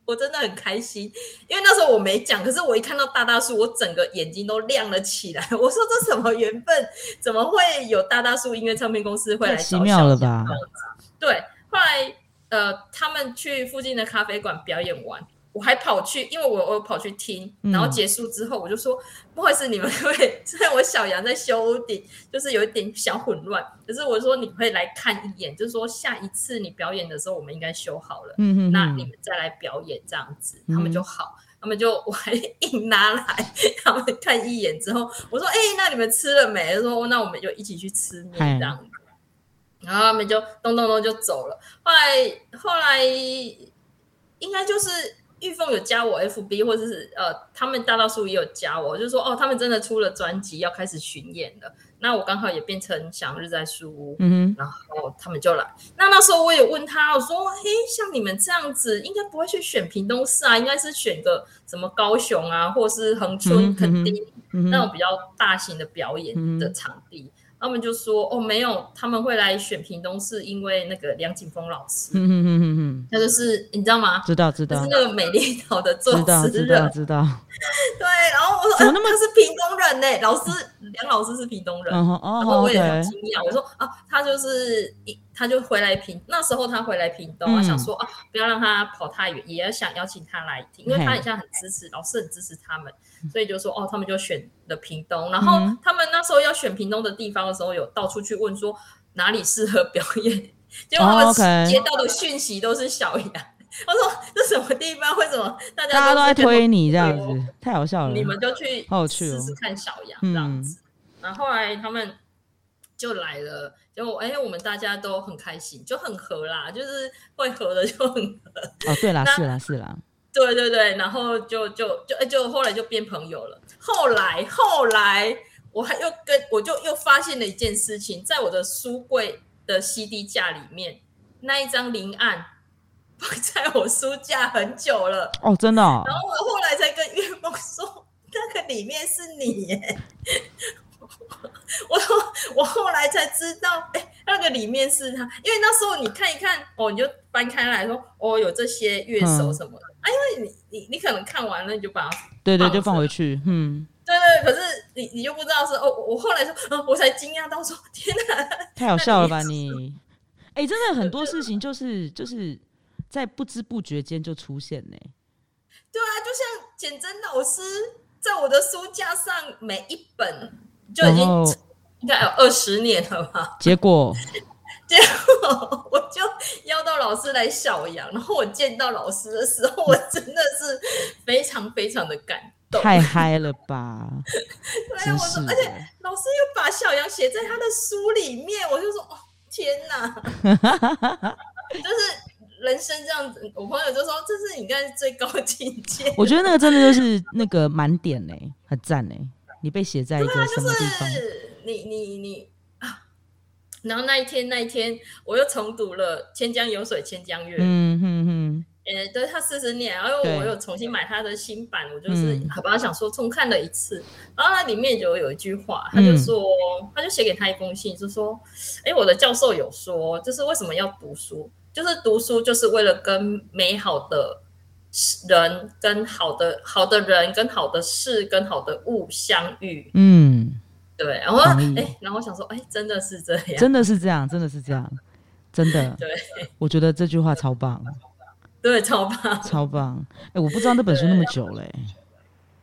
我真的很开心，因为那时候我没讲，可是我一看到大大树，我整个眼睛都亮了起来。 我说这什么缘分？怎么会有大大树音乐唱片公司会来
太
找
奇妙了
小小
吧
这样子？对，后来呃，他们去附近的咖啡馆表演完，我我还跑去，因为我我有跑去听，
嗯
然后结束之后我就说，不好意思，你们会， 虽然我小羊在修屋顶，就是有一点小混乱，可是我说你会来看一眼，就是说下一次你表演的时候，我们应该修好了，
嗯哼，
那
哼
你们再来表演这样子，
嗯
他们就好。他们就我还硬拿来， 他们看一眼之后，我说：“哎、那你们吃了没？”他说：“哦那我们就一起去吃面
嗨
这样子。”然后他们就咚咚咚就走了。后来后来应该就是玉凤有加我 FB，或者是呃，他们大大叔也有加我，就说哦，他们真的出了专辑，要开始巡演了。那我刚好也变成想日在书屋，
嗯
然后他们就来。那那时候我也问他，我说：“嘿，像你们这样子，应该不会去选屏东市啊，应该是选个什么高雄啊，或是恒
嗯哼
春、垦丁
哼，嗯
那
哼，
种比较大型的表演的场地。他们就说：“哦，没有，他们会来选屏东市，因为那个梁景峰老师，
嗯哼哼哼哼，
他就是你知道吗？
知道知
就
道
是那个美丽岛的作
知道
词
知
人
道，知道，
对。然后我说：
怎么
啊
那么
他是屏东人呢、老师梁老师是屏东人，
然后
然后
哦
我也
，OK，
很惊讶，我说啊，他就是一，他就回来屏，那时候他回来屏东，
嗯
啊，想说啊，不要让他跑太远，也要想邀请他来听，因为
嘿
他很像很支持，老师很支持他们，所以就说哦，他们就选了屏东，然后
嗯
他们那时候要选屏东的地方的时候，有到处去问说哪里适合表演， 结果
哦
他
，OK
们接到的讯息都是小羊， 我说这什么地方？为什么大家
大家都在
是跟我
推你这样
我
子，太好笑了。
你们就去
好有趣哦
试试看小羊这样子。然后后来他们就来了，结果哎，我们大家都很开心，就很合啦，就是会合的就很 合，
哦，对啦，
那
是啦，是啦，
对对对，然后就就就哎就后来就变朋友了。后来后来我还又跟我就又发现了一件事情，在我的书柜的 CD 架里面那一张林案。 放在我书架很久了，
哦，真的哦，
然后我后来才跟岳梦说，那个里面是你耶。我我后来才知道，哎、那个里面是他，因为那时候你看一看，哦，你就翻开来说，哦，有这些乐
嗯
手什么的、啊，因为你你你可能看完了你就把它
对对，
放
就放
着
回去，嗯，
对对，可是你你就不知道是哦，我我后来说，呃、我才惊讶到说，天哪，
太好笑了吧你？哎，真的很多事情就是就是在不知不觉间就出现呢。
对啊，就像简真老师在我的书架上每一本就已
然
经
后
应该有二十年了吧。
结果，
结果 我就邀到老师来小阳，然后我见到老师的时候，我真的是非常非常的感动。
太嗨了吧？
对，啊
真
我
是
说，
的
而，且老师又把小羊写在他的书里面，我就说，哦，天哪， 就是人生这样子。我朋友就说，这是你应该是最高境界。
我觉得那个真的就是那个满点呢，很赞呢。你被写在一个
啊
什么地 方？
是你你你啊！然后那一天那一天，我又重读了《千江有水千江月》。
嗯哼哼，
呃，对他四十年，然后
对
我有重新买他的新版，我就是
嗯
好吧，想说重看了一次，然后那里面就有一句话，他
嗯
就说，他就写给他一封信，就说，哎，我的教授有说，就是为什么要读书，就是读书就是为了跟美好的人、跟好的好的人、跟好的事、跟好的物相遇，
嗯，
对，然后
同意
哎，然后我想说，哎，真的是这样，
真的是这样，真的是这样，真 的，
对
我觉得这句话超棒，
对，超棒，
超棒。哎，我不知道那本书那么久嘞，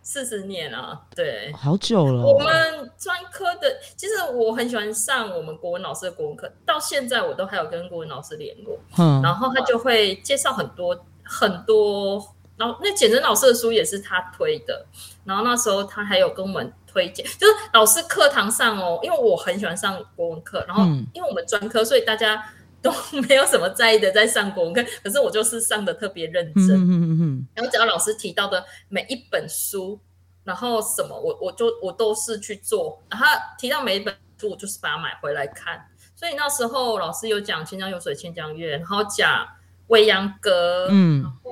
四十年啊，对，
好久了
我
哦。
们专科的，其实我很喜欢上我们国文老师的国文课，到现在我都还有跟国文老师联络，
哼，
然后他就会介绍很多很多，然后那简真老师的书也是他推的，然后那时候他还有跟我们推荐，就是老师课堂上哦，因为我很喜欢上国文课，然后
嗯
因为我们专科，所以大家都 没有什么在意的在上国文课，可是我就是上的特别认
嗯
真，
哼哼哼哼，
然后只要老师提到的每一本书，然后什么我我就我都是去做，然后他提到每一本书，我就是把它买回来看。所以那时候老师有讲《千江有水千江月》，然后讲《未央歌》，
嗯
然，后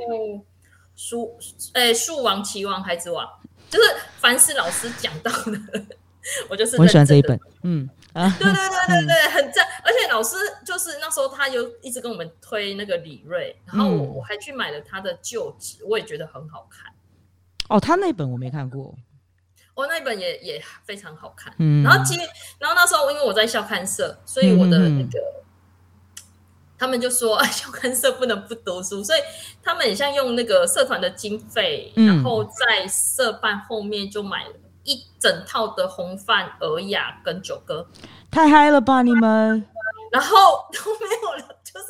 书诶《树王》《棋王》《孩子王》，就是凡是老师讲到的，我就是
我很喜欢
认真
这一
地
本，嗯啊，
对对对对对，很赞！而且老师就是那时候他有一直跟我们推那个李锐，然后我、
嗯
我还去买了他的旧纸，我也觉得很好看。
哦，他那本我没看过，
哦，那一本也也非常好看。
嗯，嗯
然后其实，然后那时候因为我在校刊社，所以我的那个、他们就说啊，校刊社不能不读书，所以他们很像用那个社团的经费，
嗯
然后在社办后面就买了一整套的红饭、尔雅跟九歌，
太嗨了吧你们！
然后都没有人，就是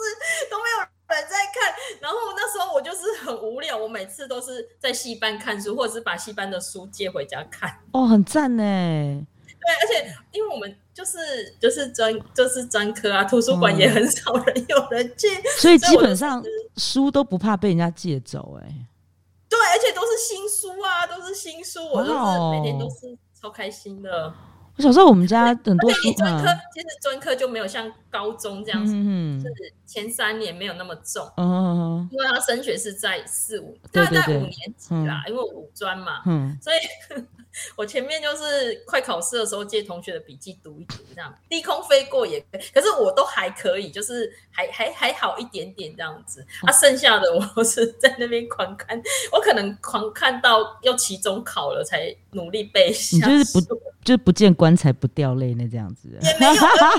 都没有人在看。然后那时候我就是很无聊，我每次都是在戏班看书，或者是把戏班的书借回家看。
哦，很 赞呢。
对，而且因为我们就是就是专就是专科啊，图书馆也很少人有人去，
所以基
所以我
本
就
上书都不怕被人家借走，哎，
对，而且都是新书啊，都是新书，我就
好好
是
哦
每天都是超开心的。
我小时候我们家很 多
而且
书
你专科
嗯
其实专科就没有像高中这样子，
嗯嗯
就是前三年没有那么重，
嗯
因为它升学是在四五，
对
大
对
概
对
五年级啦，因为我五专嘛，
嗯，
所以我前面就是快考试的时候借同学的笔记读一读，这样低空飞过也可以，可是我都还可以，就是还还还好一点点这样子。
嗯
啊，剩下的我都是在那边狂看，我可能狂看到要期中考了才努力背一下
你
书。
就是不就是不见棺材不掉泪那这样子。
也没有，不不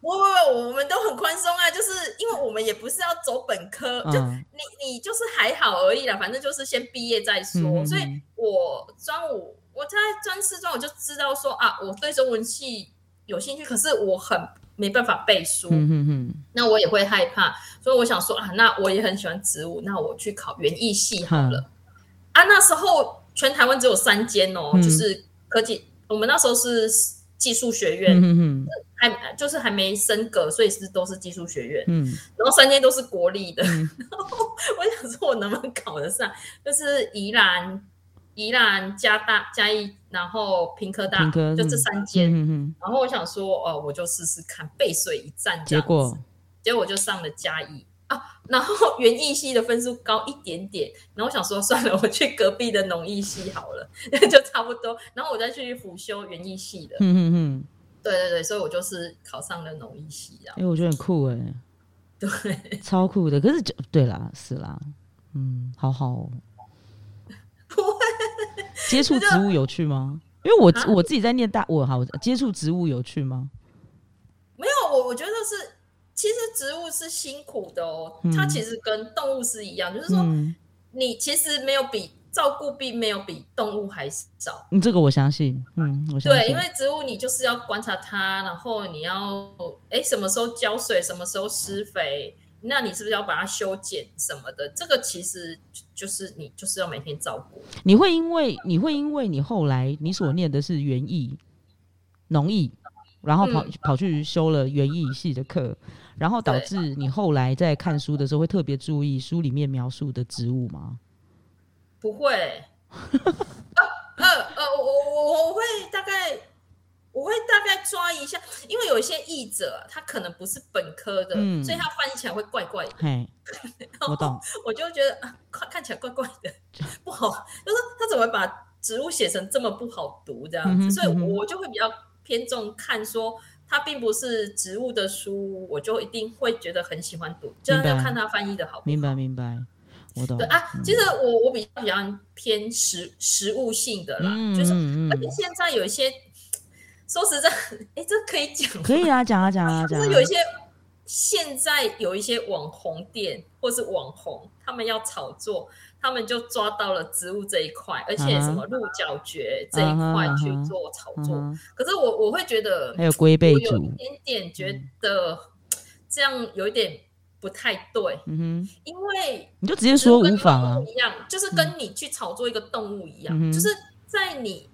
不，我们都很宽松啊，就是因为我们也不是要走本科，就
嗯
你你就是还好而已啦，反正就是先毕业再说。
嗯嗯嗯
所以我专五，我在专四专我就知道说啊，我对中文系有兴趣，可是我很没办法背书，
嗯嗯嗯
那我也会害怕，所以我想说啊，那我也很喜欢植物，那我去考园艺系好了。啊，那时候全台湾只有三间哦，
嗯
就是科技，我们那时候是技术学院，
嗯嗯
还就是还没升格，所以是都是技术学院，
嗯
然后三间都是国立的。
嗯
然后我想说，我能不能考得上？就是宜兰、宜兰加大、嘉义，然后平科大，
屏科
就这
嗯
三间。
嗯嗯，
然后我想说，哦，我就试试看，背水一战。这
结
样子
果
结果我就上了嘉义啊，然后园艺系的分数高一点点，然后我想说算了，我去隔壁的农艺系好了， 就差不多。然后我再去辅修园艺系的，
嗯嗯嗯，
对对对，所以我就是考上了农艺系啊。
哎，我觉得很酷哎，
对，
超酷的。可是就对啦，是啦，嗯，好好哦。接触植物有趣吗？因为我
啊
我自己在念大，我好接触植物有趣吗？
没有我，我觉得是，其实植物是辛苦的哦，
嗯
它其实跟动物是一样，就是说
嗯，
你其实没有比照顾并没有比动物还少。
嗯这个我相信，嗯，我相信。
对，因为植物你就是要观察它，然后你要哎什么时候浇水，什么时候施肥，那你是不是要把它修剪什么的？这个其实就就是你就是要每天照顾。
你会因为你会因为你后来你所念的是园艺、农艺，然后跑、
嗯
跑去修了园艺系的课，然后导
对
致你后来在看书的时候会特别注意书里面描述的植物吗？
不会、呃呃呃，我我我我会大概我会大概抓一下，因为有一些译者啊他可能不是本科的，
嗯
所以他翻译起来会怪怪的。
嘿，
哦
我懂，
我就觉得啊，看看起来怪怪的，不好，就是他怎么会把植物写成这么不好读这样
嗯哼
子，所以
嗯哼
我就会比较偏重看说。它并不是植物的书，我就一定会觉得很喜欢读，就
明
是
白
要看它翻译的好不好。
明白明白，我懂。
对啊，其实我我比较喜欢偏食食物性的啦，
嗯，
就是
嗯嗯
而且
嗯，
现在有一些，说实在，哎，这可以讲吗，
可以啊，讲啊讲啊
就
讲啊
是，有一些现在有一些网红店或是网红，他们要炒作，他们就抓到了植物这一块，而且
啊哈
什么鹿角蕨这一
啊
块
哈
去
啊哈
做炒
嗯
作。
哼
可是我我会觉得，
还有嗯龟背
我有一
竹，
点点觉得这样有一点不太对，
嗯哼，
因为
你就直接说
就跟
无妨啊
动物，一样，就是跟你去炒作一个动物一样，
嗯哼
就是在你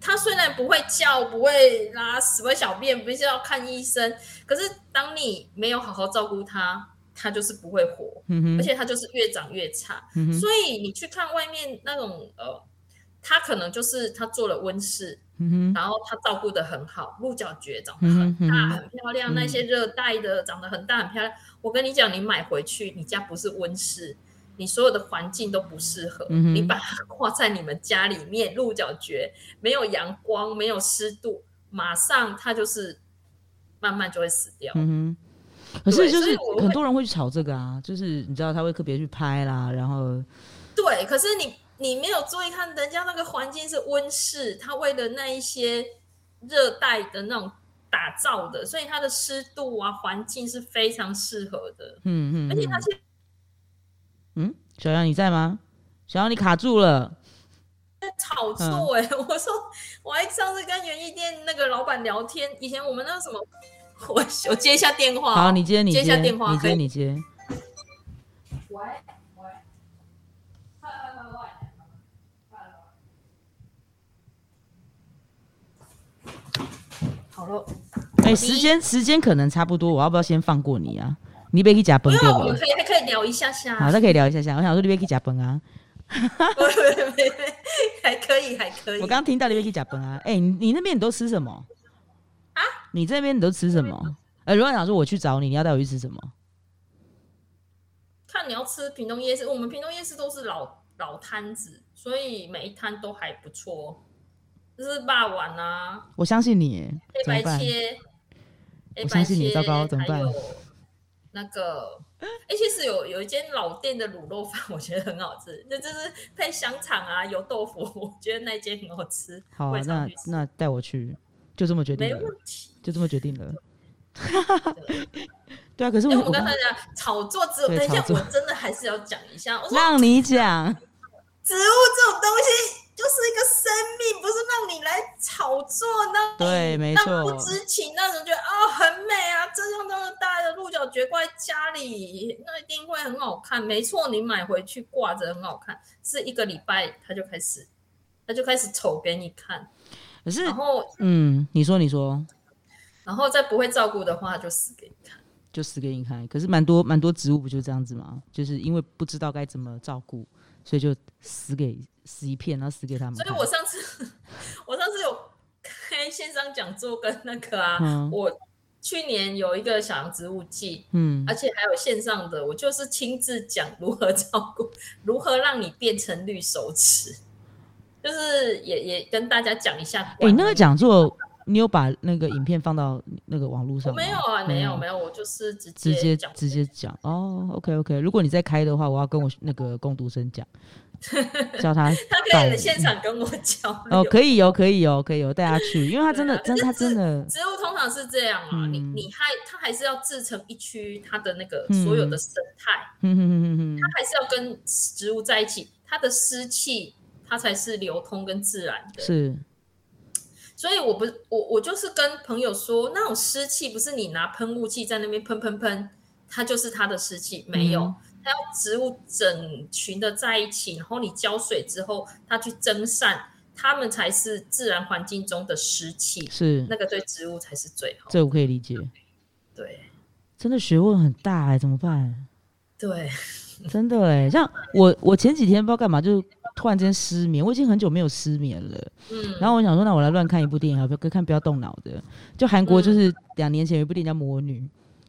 它虽然不会叫、不会拉屎、不会小便，不是要看医生，可是当你没有好好照顾它，它就是不会活，
嗯
而
哼，
且它就是越长越差。
嗯哼，
所以你去看外面那种呃，它可能就是它做了温室，
嗯哼，
然后它照顾的很好，鹿角蕨长得
嗯
很
哼嗯
大
哼
很漂亮，
嗯
那些热带的长得很大很漂亮。我跟你讲，你买回去，你家不是温室，你所有的环境都不适合。
嗯哼
你把它挂在你们家里面，鹿角蕨没有阳光，没有湿度，马上它就是慢慢就会死掉。
嗯哼，可是
对
就
所以
是
我会
很多人会去炒这个啊，就是你知道他会特别去拍啦，然后
对，可是你你没有注意看，人家那个环境是温室，它为了那一些热带的那种打造的，所以它的湿度啊、环境是非常适合的。
嗯嗯
而且它
嗯
其实
嗯，小杨你在吗？小杨你卡住了。
在炒作
嗯
哎、 我说我还上次跟园艺店那个老板聊天，以前我们那个什么，我我接一下电话哦。
好，你接你
接一下电话
你
可
接
以
你接。
喂喂，好了，
哎、时间时间可能差不多，我要不要先放过你啊？你别去假崩
不
对
用，我们
吧？
可以还可以聊一下下，
好，那可以聊一下下。我想说你别去假崩啊，
不不不不还可以，还可以。
我刚听到你别去假崩啊。哎、你你那边你都吃什么
啊？
你这边你都吃什么？呃，如果想说我去找你，你要带我去吃什么？
看你要吃屏东夜市，我们屏东夜市都是老老摊子，所以每一摊都还不错，就是霸碗啊、
我相信你耶，
黑
怎么
白
办？
切、黑白
我相信你
切，
糟糕怎么办
还有那个，哎、其实有有一间老店的卤肉饭， 我觉得很好吃，那就是配香肠啊、油豆腐， 我觉得那间很好吃。
好
我
啊
也，常
那
去吃
那带我去，就这么决定
没
了，
问题。
就这么决定了。 对啊，可是
因
我
为我
我
刚
刚
才讲炒作只有，
对
等一下
炒作
我真的还是要讲一下，我说
让 你讲，
植物这种东西就是一个生命，不是让你来炒作那
对，没
那不
错，
知情那种觉得哦很美啊，这样当然大家的鹿角蕨挂在家里，那一定会很好看。没错，你买回去挂着很好看，是一个礼拜它就开始，它就开始丑给你看，
可是
然后
嗯，你说你说，
然后再不会照顾的话它就死给你看。
就死给你看。可是蛮多蛮多植物不就这样子吗？就是因为不知道该怎么照顾，所以就死给死一片，然后死给他们
所
看。
以我上次我上次有开线上讲座跟那个啊，
嗯
我去年有一个小杨植物季，
嗯
而且还有线上的，我就是亲自讲如何照顾，如何让你变成绿手指，就是也也跟大家讲一下
哎、
观念。
那个讲座，你有把那个影片放到那个网络
我
上吗？
没有啊，没有没有，我就是直接
嗯直接
讲
直接讲哦，OK OK。如果你再开的话，我要跟我那个工读 生讲，叫他
他可
带
以现场跟我交流。
哦，可以哦，可以哦，可以哦，带他去，因为他真的
对啊
真他真的
植物通常是这样啊，你
嗯
你还它还是要制成一区它的那个
嗯
所有的生态，
哼哼哼哼哼，
它还是要跟植物在一起，它的湿气它才是流通跟自然的。
是
所以我不我我就是跟朋友说，那种湿气不是你拿喷雾器在那边喷喷喷，它就是它的湿气，没有
嗯，
它要植物整群的在一起，然后你浇水之后，它去蒸散，它们才是自然环境中的湿气，
是，
那个对植物才是最好。
这我可以理解。
对
真的学问很大哎、怎么办？
对，
真的哎、像我我前几天不知道干嘛，就突然间失眠，我已经很久没有失眠了。
嗯，
然后我想说，那我来乱看一部电影，好不要看不要动脑的。就韩国
嗯
就是两年前有一部电影叫《魔女》，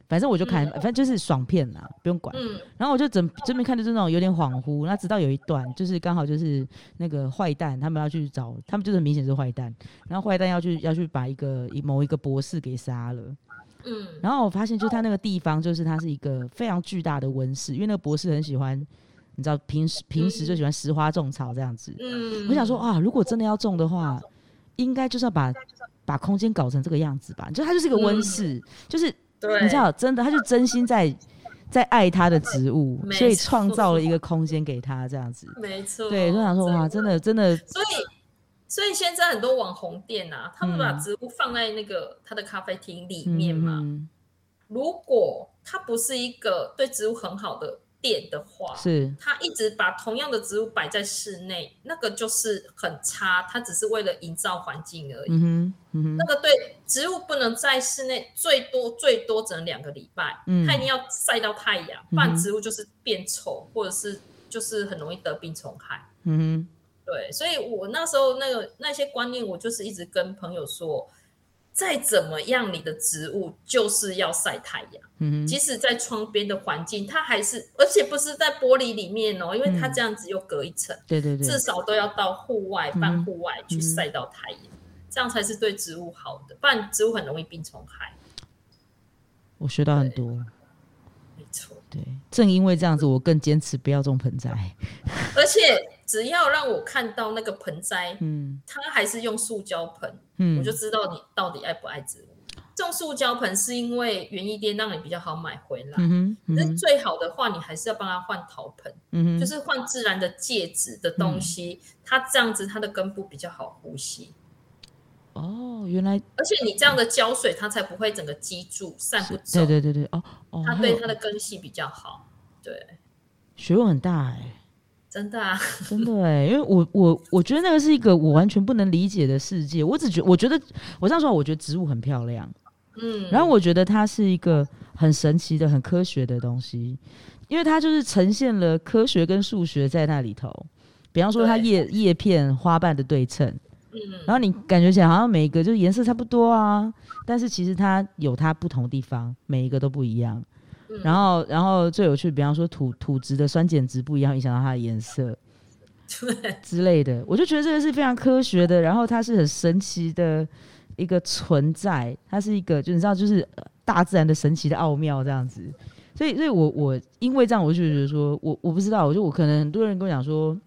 反正我就看，反正就是爽片啦，不用管。
嗯
然后我就整这边看就是那种有点恍惚，那直到有一段就是刚好就是那个坏蛋他们要去找，他们就是很明显是坏蛋，然后坏蛋要去要去把一个一某一个博士给杀了。
嗯
然后我发现，就他那个地方，就是它是一个非常巨大的温室，因为那个博士很喜欢，你知道，平时平时就喜欢拾花种草这样子。
嗯，
我想说啊，如果真的要种的话，应该就是要把把空间搞成这个样子吧。就它就是一个温室，就是
嗯对，
你知道，真的，他就真心在在爱他的植物，
没
所以
错哦
创造了一个空间给他这样子。
没错，
对，就想说哇，真的真的
所以，所以现在很多网红店啊，他们把
嗯
植物放在那个他的咖啡厅里
嗯
面嘛。
嗯
如果它不是一个对植物很好的店的话，
是
它一直把同样的植物摆在室内，那个就是很差。它只是为了营造环境而已。
嗯哼嗯
那
哼
个对植物不能在室内，最多最多只能两个礼拜，
嗯
它一定要晒到太阳，
哼
不然植物就是变丑，或者是就是很容易得病虫害。
嗯
对，所以我那时候那个那些观念，我就是一直跟朋友说，再怎么样，你的植物就是要晒太阳，
哼嗯
即
哼
使在窗边的环境，它还是，而且不是在玻璃里面哦，因为它
嗯
这样子又隔一层，
对对对，
至少都要到户外、
嗯
半
哼
户外去晒到太阳，这样才是对植物好的，不然植物很容易病虫害。
我学到很多。
没错，
对，正因为这样子，我更坚持不要种盆栽。
而且只要让我看到那个盆栽，
嗯
它还是用塑胶盆，
嗯，
我就知道你到底爱不爱植物。种塑胶盆是因为园艺店让你比较好买回来，
嗯哼，嗯
但是
哼，
最好的话，你还是要帮他换陶盆，
嗯
就
哼，
是换自然的介质的东西，它这样子它的根部比较好呼吸，
哦，原来
而且你这样的浇水，它才不会整个积住散不
是，
走，
对对对对，哦哦，
它
还
对
有
它的根系比较好，对，
学问很大哎、
真的啊，
真的哎、因为我我我觉得那个是一个我完全不能理解的世界。我只觉我觉得我这样说，我觉得植物很漂亮，
嗯，
然后我觉得它是一个很神奇的、很科学的东西，因为它就是呈现了科学跟数学在那里头。比方说，它
对
叶叶片、花瓣的对称，
嗯，
然后你感觉起来好像每一个就是颜色差不多啊，但是其实它有它不同的地方，每一个都不一样。
嗯
然后，然后最有趣，比方说土土质的酸碱值不一样，影响到它的颜色
对，
之类的，我就觉得这个是非常科学的，然后它是很神奇的一个存在，它是一个就你知道，就是呃大自然的神奇的奥妙这样子。所以，所以我我因为这样，我就觉得说，我我不知道，我就我可能很多人跟我讲说，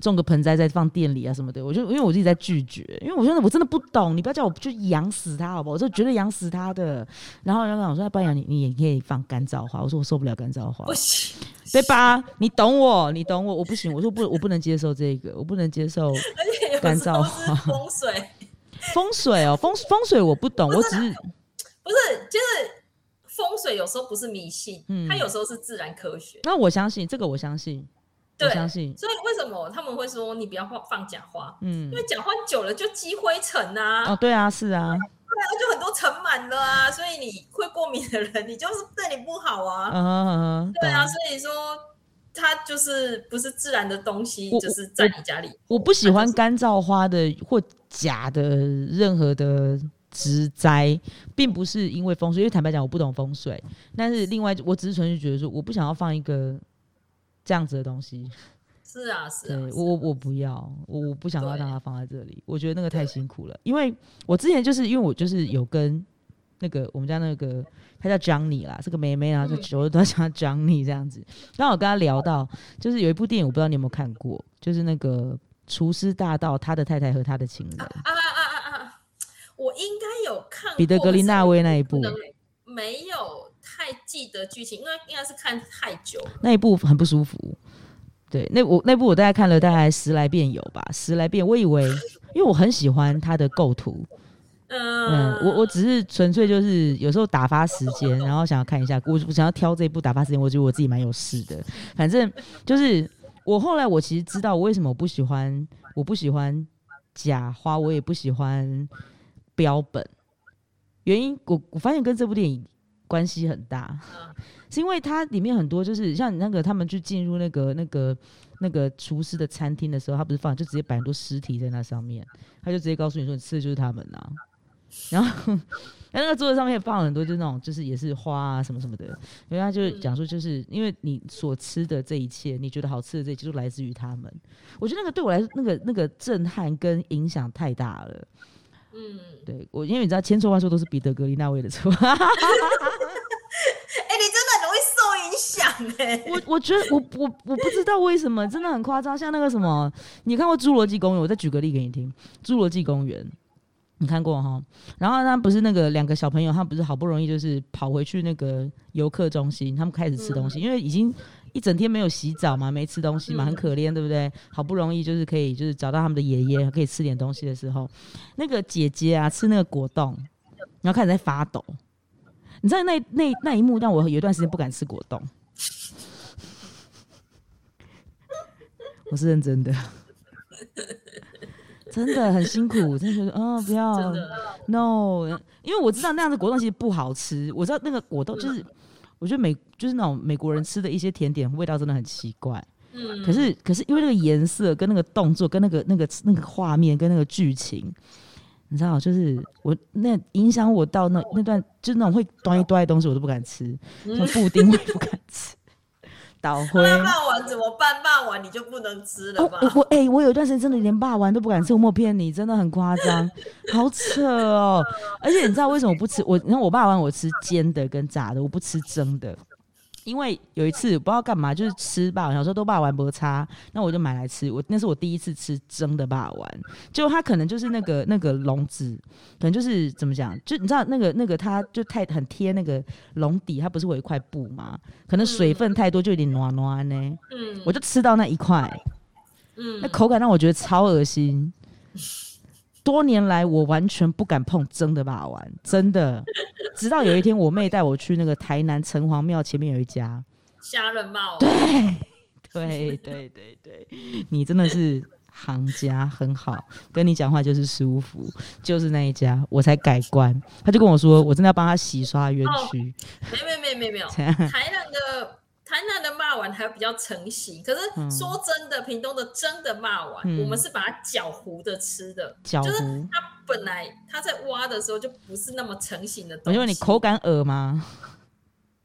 种个盆栽再放店里啊什么的，我就因为我自己在拒绝，因为我真的我真的不懂，你不要叫我去养死它好不好？我就绝对养死它的。然后人家跟我说，不然你你也可以放干燥花，我说我受不了干燥花
不，行，
对吧？你懂我，你懂我，我不行，我说不，我不能接受这个，我不能接 受
而且有
干
时
燥
候是风水。
风水哦，风风水我不懂，我只是
不是，就是风水有时候不是迷信，
嗯
它有时候是自然科学。
那我相信这个，我相信，我
对
相信，
所以为什么他们会说你不要放放假花？
嗯
因，为假花久了就积灰尘啊，
哦，对啊，是啊，
对啊，就很多尘螨了啊，所以你会过敏的人，你就是对你不好啊。
嗯哼嗯哼，
对啊，
懂
所以说它就是不是自然的东西，
我
就是在你家里。
我不喜欢干燥花的或假的任何的植栽，并不是因为风水，因为坦白讲我不懂风水，但是另外我只是纯粹觉得说，我不想要放一个这样子的东西，
是啊，是
对
啊，
我我我不要，我我不想要
对
让它放在这里，我觉得那个太辛苦了。因为我之前就是因为我就是有跟那个我们家那个她叫 Johnny 啦，是个妹妹啊，
嗯
就我都叫她 Johnny 这样子。刚好跟她聊到，就是有一部电影，我不知道你有没有看过，就是那个《厨师大盗》，他的太太和他的情人，
啊啊啊啊啊！我应该有看过
彼得格林纳威那一
可
部
是，我没有太记得剧情，因为应该是看太久了。
那一部很不舒服。对，那我那部我大概看了大概十来遍有吧，十来遍。我以为，因为我很喜欢他的构图，嗯
嗯，，
我我只是纯粹就是有时候打发时间，然后想要看一下，我我想要挑这一部打发时间，我觉得我自己蛮有事的。反正就是我后来我其实知道我为什么不喜欢，我不喜欢假花，我也不喜欢标本，原因我我发现跟这部电影关系很大，是因为它里面很多就是像你那个他们去进入那个那个那个厨师的餐厅的时候，他不是放就直接摆很多尸体在那上面，他就直接告诉你说你吃的就是他们呐、啊然后那那个桌子上面放了很多，就是那种就是也是花啊什么什么的，因为他就是讲说，就是因为你所吃的这一切，你觉得好吃的这一切，就来自于他们。我觉得那个对我来说，那个那个震撼跟影响太大了。
嗯，
对我，因为你知道千错万错都是彼得格林纳威的错。
哎、你真的很容易受影响哎、
我我觉得我我我不知道为什么，真的很夸张。像那个什么，你看过《侏罗纪公园》？我再举个例给你听，《侏罗纪公园》你看过哈？然后他不是那个两个小朋友，他不是好不容易就是跑回去那个游客中心，他们开始吃东西，因为已经一整天没有洗澡嘛，没吃东西嘛，
嗯
很可怜，对不对？好不容易就是可以就是找到他们的爷爷，可以吃点东西的时候，那个姐姐啊吃那个果冻，然后开始在发抖。你知道那那那一幕让我有一段时间不敢吃果冻， 我是认真的， 真的很辛苦，真的觉得嗯不要
真的，
no，因为我知道那样的果冻其实不好吃，我知道那个果冻就是，我觉得美就是那种美国人吃的一些甜点味道真的很奇怪，
嗯，
可是可是因为那个颜色跟那个动作跟那个那个那个画面跟那个剧情，你知道，就是我那影响我到那那段就是那种会端一端的东西我都不敢吃，像布丁我也不敢吃，倒灰。
那骂完怎么办？骂完你就不能吃了
哦
吧？
我我哎、我有一段时间真的连霸王都不敢吃，我没有骗你，真的很夸张，好扯哦！而且你知道为什么我不吃？我你看我霸王我吃煎的跟炸的，我不吃蒸的，因为有一次不知道干嘛，就是吃霸王，小时候都霸王不差，那我就买来吃。我那是我第一次吃蒸的霸王，就它可能就是那个那个笼子，可能就是怎么讲，就你知道那个那个它就太很贴那个笼底，它不是会有一块布嘛，可能水分太多就有点暖暖呢，
嗯
我就吃到那一块，
嗯
那口感让我觉得超恶心。多年来，我完全不敢碰蒸的把玩，真的。直到有一天，我妹带我去那个台南城隍庙前面有一家，
虾仁帽，
对对对对，你真的是行家，很好，跟你讲话就是舒服，就是那一家，我才改观。他就跟我说，我真的要帮他洗刷冤屈，
哎没没没没没有，
这样
台南的台南的骂丸还比较成型，可是
嗯
说真的，屏东的真的骂丸，
嗯
我们是把它搅糊的吃的，
搅
就是
糊。
它本来它在挖的时候就不是那么成型的
我
东西。
就问你口感恶吗？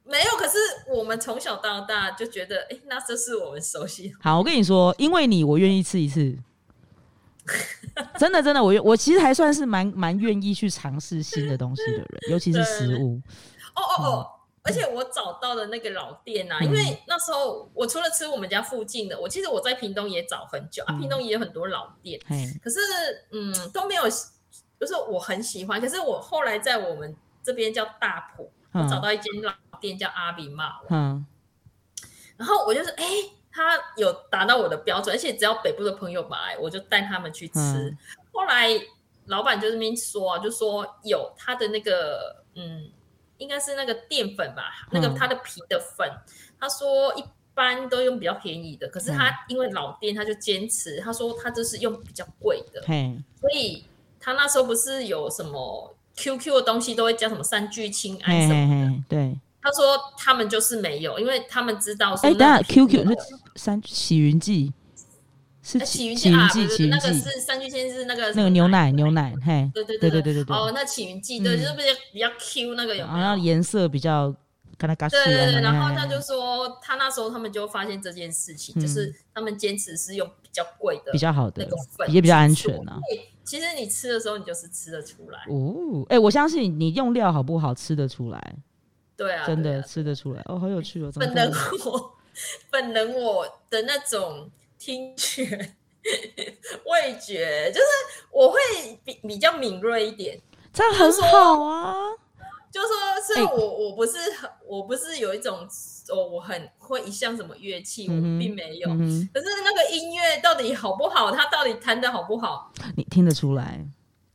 没有，可是我们从小到大就觉得，哎，那这是我们熟悉的。
好，我跟你说，因为你，我愿意吃一次。真的，真的，我愿我其实还算是蛮蛮愿意去尝试新的东西 的人，尤其是食物。
哦哦哦。而且我找到的那个老店啊，
嗯
因为那时候我除了吃我们家附近的，我其实我在屏东也找很久、啊，
嗯
屏东也有很多老店，
嘿，
可是嗯都没有，就是我很喜欢。可是我后来在我们这边叫大埔，我找
嗯
到一间老店叫阿比骂我，
嗯，
然后我就是哎。诶他有达到我的标准，而且只要北部的朋友买，我就带他们去吃。
嗯
后来老板就这边说啊，就说有他的那个嗯，应该是那个淀粉吧，那个
嗯
他的皮的粉，他说一般都用比较便宜的，可是
嗯
他因为老店他就坚持，他说他就是用比较贵的，
嘿，
所以他那时候不是有什么 QQ 的东西都会加什么三聚氰胺
嘿
什
嘿
么的。
嘿，对。
他说他们就是没有，因为他们知道说那
哎、等等下
个皮肉。
，QQ 是三起云记，是
哎起
起
云
起
剂啊，
云
不
记，
是
起
那
云
个
记，
是三聚氰胺是那个什
那个
么
牛奶牛奶，嘿，
对对
对
对
对对对
哦，那起云剂
嗯
对，就是比较比较 Q 那个有没
然后
有？
颜色比较跟它嘎
对对对，
啊嘿
然后
嘿
他就
嘿
说，他那时候他们就发现这件事情，
哎嗯
就是他们坚持是用比较贵的
比较好
那
的
个，粉，
也比较安全啊。
其实你吃的时候，你就是吃得出来，
哦，哎、我相信你用料好不好吃得出来，
对啊，
真
对
的
啊
吃得出来。哦，好有趣哦，怎么
本
可
人
以？
我本人我的那种听觉、 味觉，就是我会比比较敏锐一点，
这样很好啊。
就是说，虽然
哎
我我不是很，我不是有一种，哦我我很会一项什么乐器，我
嗯哼
并没有。
嗯
可是那个音乐到底好不好，它到底弹的好不好？
哼，你听得出来？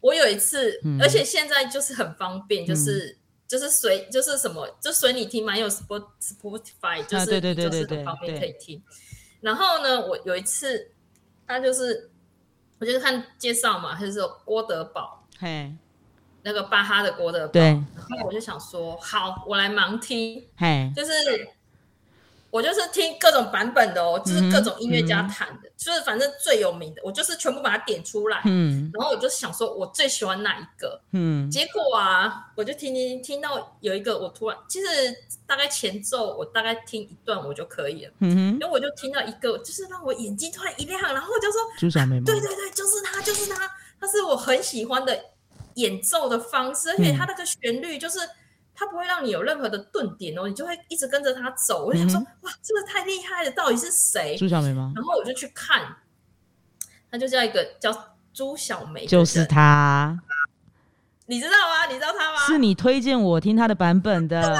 我有一次，
嗯
而且现在就是很方便，就是、就是随就是什么就随你听嘛，因为有 Spot Spotify，就是、
啊对对对
就是
对对
很方便
对
可以听。然后呢，我有一次，他就是我就是看介绍嘛，他就说郭德堡
嘿，
那个巴哈的郭德堡，
对，
然后我就想说，好，我来盲听。
嘿，
就是我就是听各种版本的哦，
嗯
就是各种音乐家弹的，就是反正最有名的，我就是全部把它点出来，
嗯
然后我就想说我最喜欢哪一个。
嗯
结果啊，我就听听听到有一个，我突然其实大概前奏我大概听一段我就可以了，
嗯哼，
然后我就听到一个，就是让我眼睛突然一亮，然后我就说
朱小梅吗？
对对对，就是他，就是他，他是我很喜欢的演奏的方式，而
嗯
且他那个旋律就是它不会让你有任何的顿点哦，你就会一直跟着他走。我就想说，
嗯
哇，这个太厉害了，到底是谁？
朱小梅吗？
然后我就去看，他就叫一个叫朱小梅，
就是，他，
你知道吗？你知道他吗？
是你推荐我听他的版本的。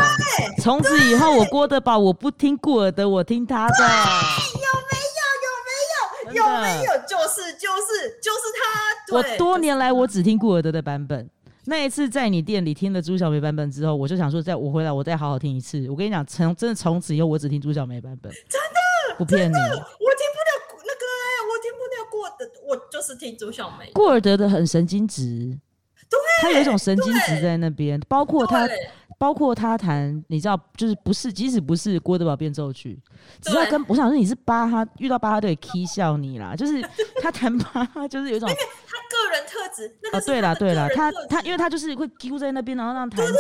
从此以后，我郭德宝我不听顾尔德，我听他的。
啊有没有？有没有？
真的
有没有？就是就是就是他，
我
对
多年来我只听顾尔德的版本。那一次在你店里听了朱小梅版本之后，我就想说，在我回来我再好好听一次。我跟你讲，从真的从此以后，我只听朱小梅版本，真的不骗你。
我听不了那个哎、我听不了过的，我就是听朱小梅。
顾尔德的很神经质，
对，
他有一种神经质
对
在那边，包括他，
对
包括他弹，你知道，就是不是，即使不是郭德堡变奏曲，只要
对
跟我想说你是巴哈，遇到巴哈队 k 笑你啦，就是 他弹巴哈，就是有一种
他个人特质，那
哦，
个是
对啦
他
对啦，他他因
为
为他就是会揪在那边，然后让弹琴，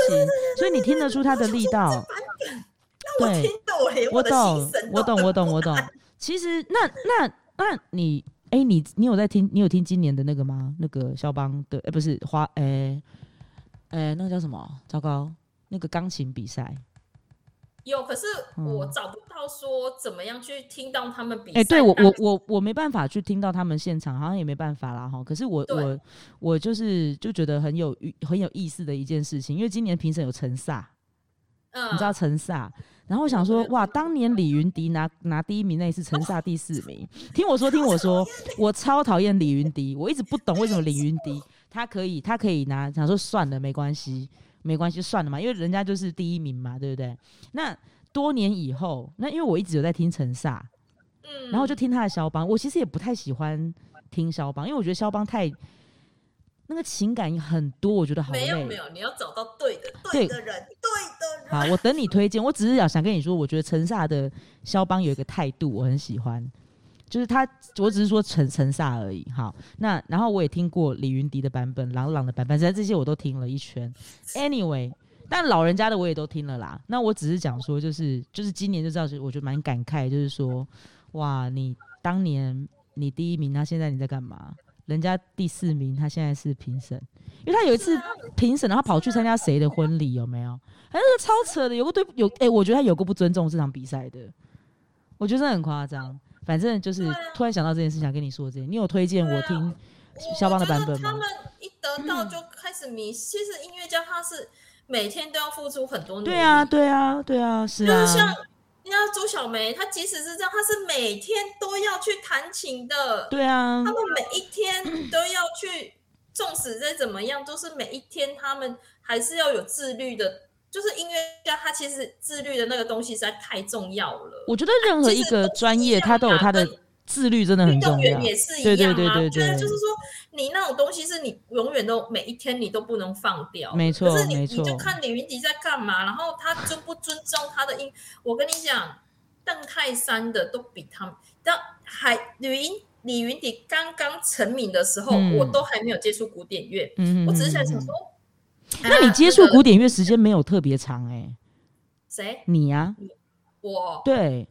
所以你听得出他的力道。
我
对
听到 我连
我
的
懂
心，神
我
都
懂，我懂，我懂。其实那那那你，哎、你你有在听？你有听今年的那个吗？那个肖邦的，哎、不是花，哎、哎、那个叫什么？糟糕，那个钢琴比赛，
有，可是我
嗯
找不到说怎么样去听到他们比赛。
哎、对我
但
我我我没办法去听到他们现场，好像也没办法啦哈。可是我
对
我我就是就觉得很有很有意思的一件事情，因为今年评审有陈萨，
嗯，
你知道陈萨，然后我想说
对
哇，当年李云迪拿拿第一名那一次，陈萨第四名。听我说，听我
哦
说，我超讨厌李云迪，我一直不懂为什么李云迪他可以他可以拿，想说算了，没关系，没关系，算了嘛，因为人家就是第一名嘛，对不对？那多年以后，那因为我一直有在听陈萨，
嗯，
然后就听他的肖邦。我其实也不太喜欢听肖邦，因为我觉得肖邦太那个情感很多，我觉得好
没有
累。
没有，你要找到对的对
对
的人，对的
好，
人。
我等你推荐。我只是想想跟你说，我觉得陈萨的肖邦有一个态度，我很喜欢，就是他，我只是说陈陈萨而已。好，那然后我也听过李云迪的版本、朗朗的版本，反正这些我都听了一圈。Anyway，但老人家的我也都听了啦。那我只是讲说，就是就是今年就知道，我觉得蛮感慨，就是说，哇，你当年你第一名，那现在你在干嘛？人家第四名，他现在是评审，因为他有一次评审，然后跑去参加谁的婚礼，有没有？哎，那个超扯的，有个对有哎、我觉得他有个不尊重这场比赛的，我觉得这很夸张。反正就是
对啊
突然想到这件事，想跟你说这件。你有推荐我
对啊
听
我
肖邦的版
我觉得
本吗
他？们一得到就开始迷失。其实音乐家他是每天都要付出很多努力。
对啊，，对啊，对啊，是
就是像
啊，
人家朱小梅，她即使是这样，她是每天都要去弹琴的。
对啊
他，们每一天都要去，纵使再怎么样，都是每一天他们还是要有自律的。就是音乐家，他其实自律的那个东西实在太重要了。
我觉得任何一个专业，他都有他的
其实
自律，真的很
运动
嗯重要
员。也是一
对对
样啊，
对对
我觉得
对
就是说，你那种东西是你永远都每一天你都不能放掉的。
没错
可是你
没
你
错
就看李云迪在干嘛，然后他尊不尊重他的音。我跟你讲，邓泰山的都比他们，但还李云李云迪刚刚成名的时候，
嗯
我都还没有接触古典乐，
嗯，
我只是
嗯
在想
嗯
说，
那你
啊
接
这
触
个
古典乐时间没有特别长哎、
谁？
你呀、
我
对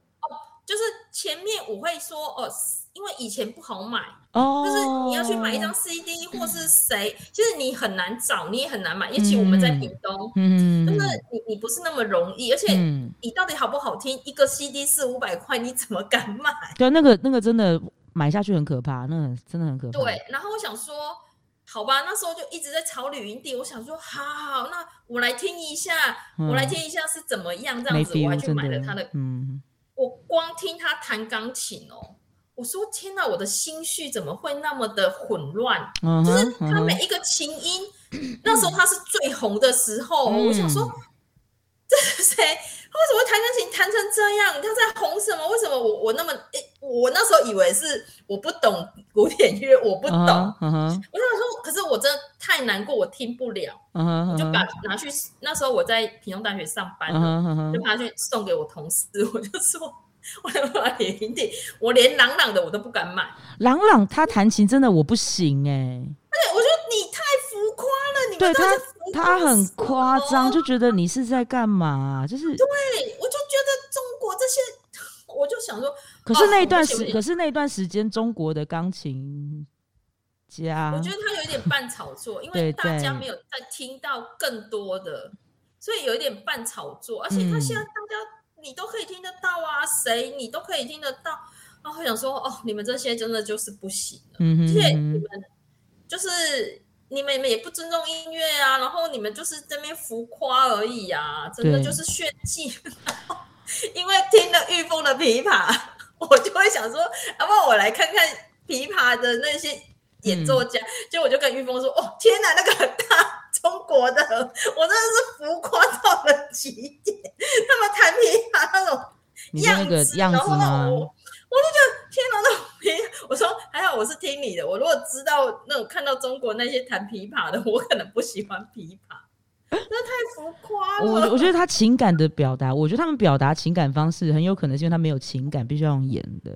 就是前面我会说哦，因为以前不好买。
哦，
就是你要去买一张 CD 或是谁，
嗯
其实你很难找，你也很难买。尤其我们在屏东，
嗯，嗯，
就是
嗯
你你不是那么容易，而且
嗯，
你到底好不好听，一个 CD 四五百块，你怎么敢买？
对，啊那个那个真的买下去很可怕，那个很真的很可怕。
对，然后我想说，好吧，那时候就一直在炒吕云地，我想说，好好，那我来听一下，
嗯，
我来听一下是怎么样这
没
样子，我还
feel，
去
真
买了他的，
嗯，
我光听他弹钢琴哦。我说天哪，我的心绪怎么会那么的混乱？
嗯
就是
哼嗯
他
哼
每一个琴 音，那时候他是最红的时候，
嗯
我想说，这是谁？他为什么弹钢琴弹成这样？他在红什么？为什么我我那么、诶我那时候以为是我不懂古典乐，我不懂。
嗯哼嗯哼
我想说，可是我真的太难过，我听不了，
嗯哼，
我就
嗯
把
哼
拿去。那时候我在屏东大学上班
嗯
了，
哼嗯哼
就把它去送给我同事，我就说。 我要把连地，我连朗朗的我都不敢买。
朗朗他弹琴真的我不行哎、
对，我觉得你太浮夸了，你
对
们到底
他
是浮夸
他很
死了
夸
哦
张，就觉得你是在干嘛啊、就是
对，我就觉得中国这些， 我就想说，
可是
哦
那一段
我不
时，
行
可是那一段时间中国的钢琴家，
我觉得他有一点半炒作，因
对
为大家
对
没有再听到更多的，所以有一点半炒作。而且他
嗯
现在大家、你都可以听得到啊，谁你都可以听得到。然后我想说，哦，你们这些真的就是不行了，
嗯哼
而且你
嗯
们就是你们也不尊重音乐啊，然后你们就是这边浮夸而已啊，真的
对
就是炫技。 因为听了玉凤的琵琶，我就会想说，要不然我来看看琵琶的那些演奏家。
嗯
就我就跟玉峰说，哦，天哪，那个很大中国的，我真的是浮夸到了极点。 他们弹琵琶那种
哼你的那个
子，
样
然
子
后让我，我就
吗？
觉得天哪，那种琵琶，我说还好我是听你的，我如果知道那种看到中国那些弹琵琶的，我可能不喜欢琵琶，那太浮夸
我
了。
我觉得他情感的表达，我觉得他们表达情感方式很有可能是因为他没有情感，必须要用演的，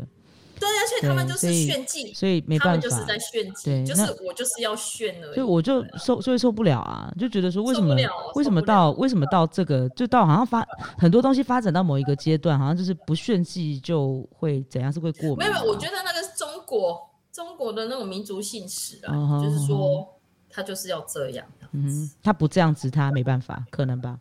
对，啊而且他们
对
就
所
是
以
炫技，
所以没
他
办
们
法
就，是在炫技，
对
就
那
是我就是要炫而
所以
已。
我就受，所以受不了啊，就觉得说为什
受
么
不了哦
为什么
受不了
到为什么到这个就到好像发很多东西发展到某一个阶段，好像就是不炫技就会怎样是会过敏
没
的
有
啊、
没有，我觉得那个是中国中国的那种民族性使然，
嗯哼嗯
就是说他就是要这样。
嗯哼，他不这样子，他没办法，可能吧？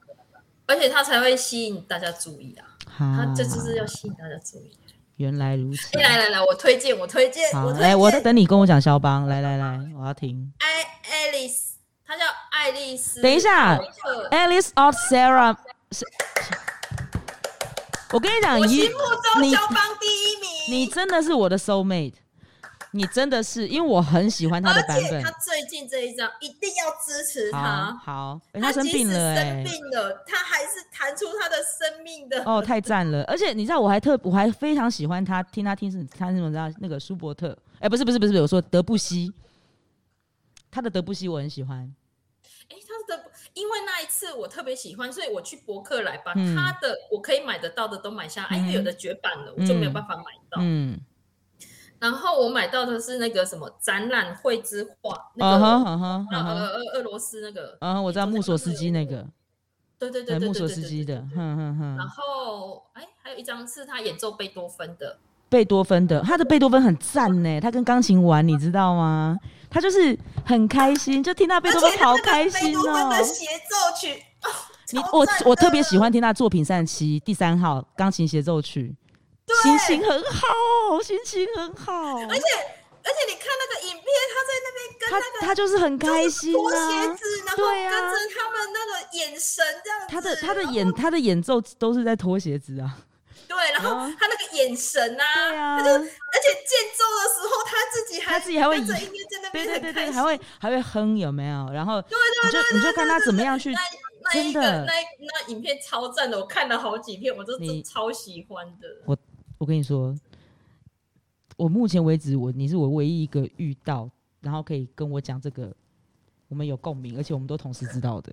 而且他才会吸引大家注意啊，他
好，
这就是要吸引大家注意。
原来如此。
哎来来来，我推荐，我推荐，
好，
我推荐。
来，哎我在等你跟我讲肖邦。来来来，我要听。
艾爱丽丝，她叫爱丽丝。
等一下
呃
Alice of Sarah，是我跟哎你讲，
我
一
心目中
你
肖邦第一名。
你真的是我的 soul mate，你真的是，因为我很喜欢他的版
而且
本
他。最近这一张一定要支持
好
他。
好，哎
他
他生
即
病
使
了哎
生、病了，他还是弹出他的生命的。
哦，太赞了！而且你知道，我还特我还非常喜欢他，听他听是他那种叫那个舒伯特，哎、不是不是不是，我说德布西，他的德布西我很喜欢。
哎，他的因为那一次我特别喜欢，所以我去博客来把
嗯
他的我可以买得到的都买下来，因为有的绝版了，我就没有办法买到。
嗯，
然后我买到的是那个什么展览绘之画，那
啊
个
哈
呃
啊哈
俄
啊哈
俄俄罗斯那个，
啊哈，我知道穆索斯基那个，
对对对
对
对
穆
对
索
对
斯
对
基
对
的，嗯
对
哼哼哼
然，后哎，还有一张是他演奏贝多芬的，
贝多芬的，他的贝多芬很赞呢，他跟钢琴玩，你知道吗？他就是很开心，就听 到贝多芬好开
而
心
且他那个贝多
哦、
芬的协奏曲，哦
你
超
我
赞的
我特别喜欢听他作品三七第三号钢琴协奏曲，心情很好，心情很好，
而且而且你看那个影片，他在那边跟
他
那个
他就是很开
就是
心
脱鞋
啊。
子，然后
对啊
跟着他们那个眼神这样子，
他的他的
然后
演他的演奏都是在脱鞋子啊，
对，然后
啊
他那个眼神啊，
对啊
他就而且间奏的时候他自己还
他自己还会
跟着
移
音乐在那
对
边
对
很
对
开
对，
心
还会还会哼有没有？然后
对
你
对
就
对对啊
你就看他怎么样去
那那一个
真的
那一那影片超赞的，我看了好几遍，我真
你
的超喜欢的。
我跟你说，我目前为止，我你是我唯一一个遇到，然后可以跟我讲这个，我们有共鸣，而且我们都同时知道的。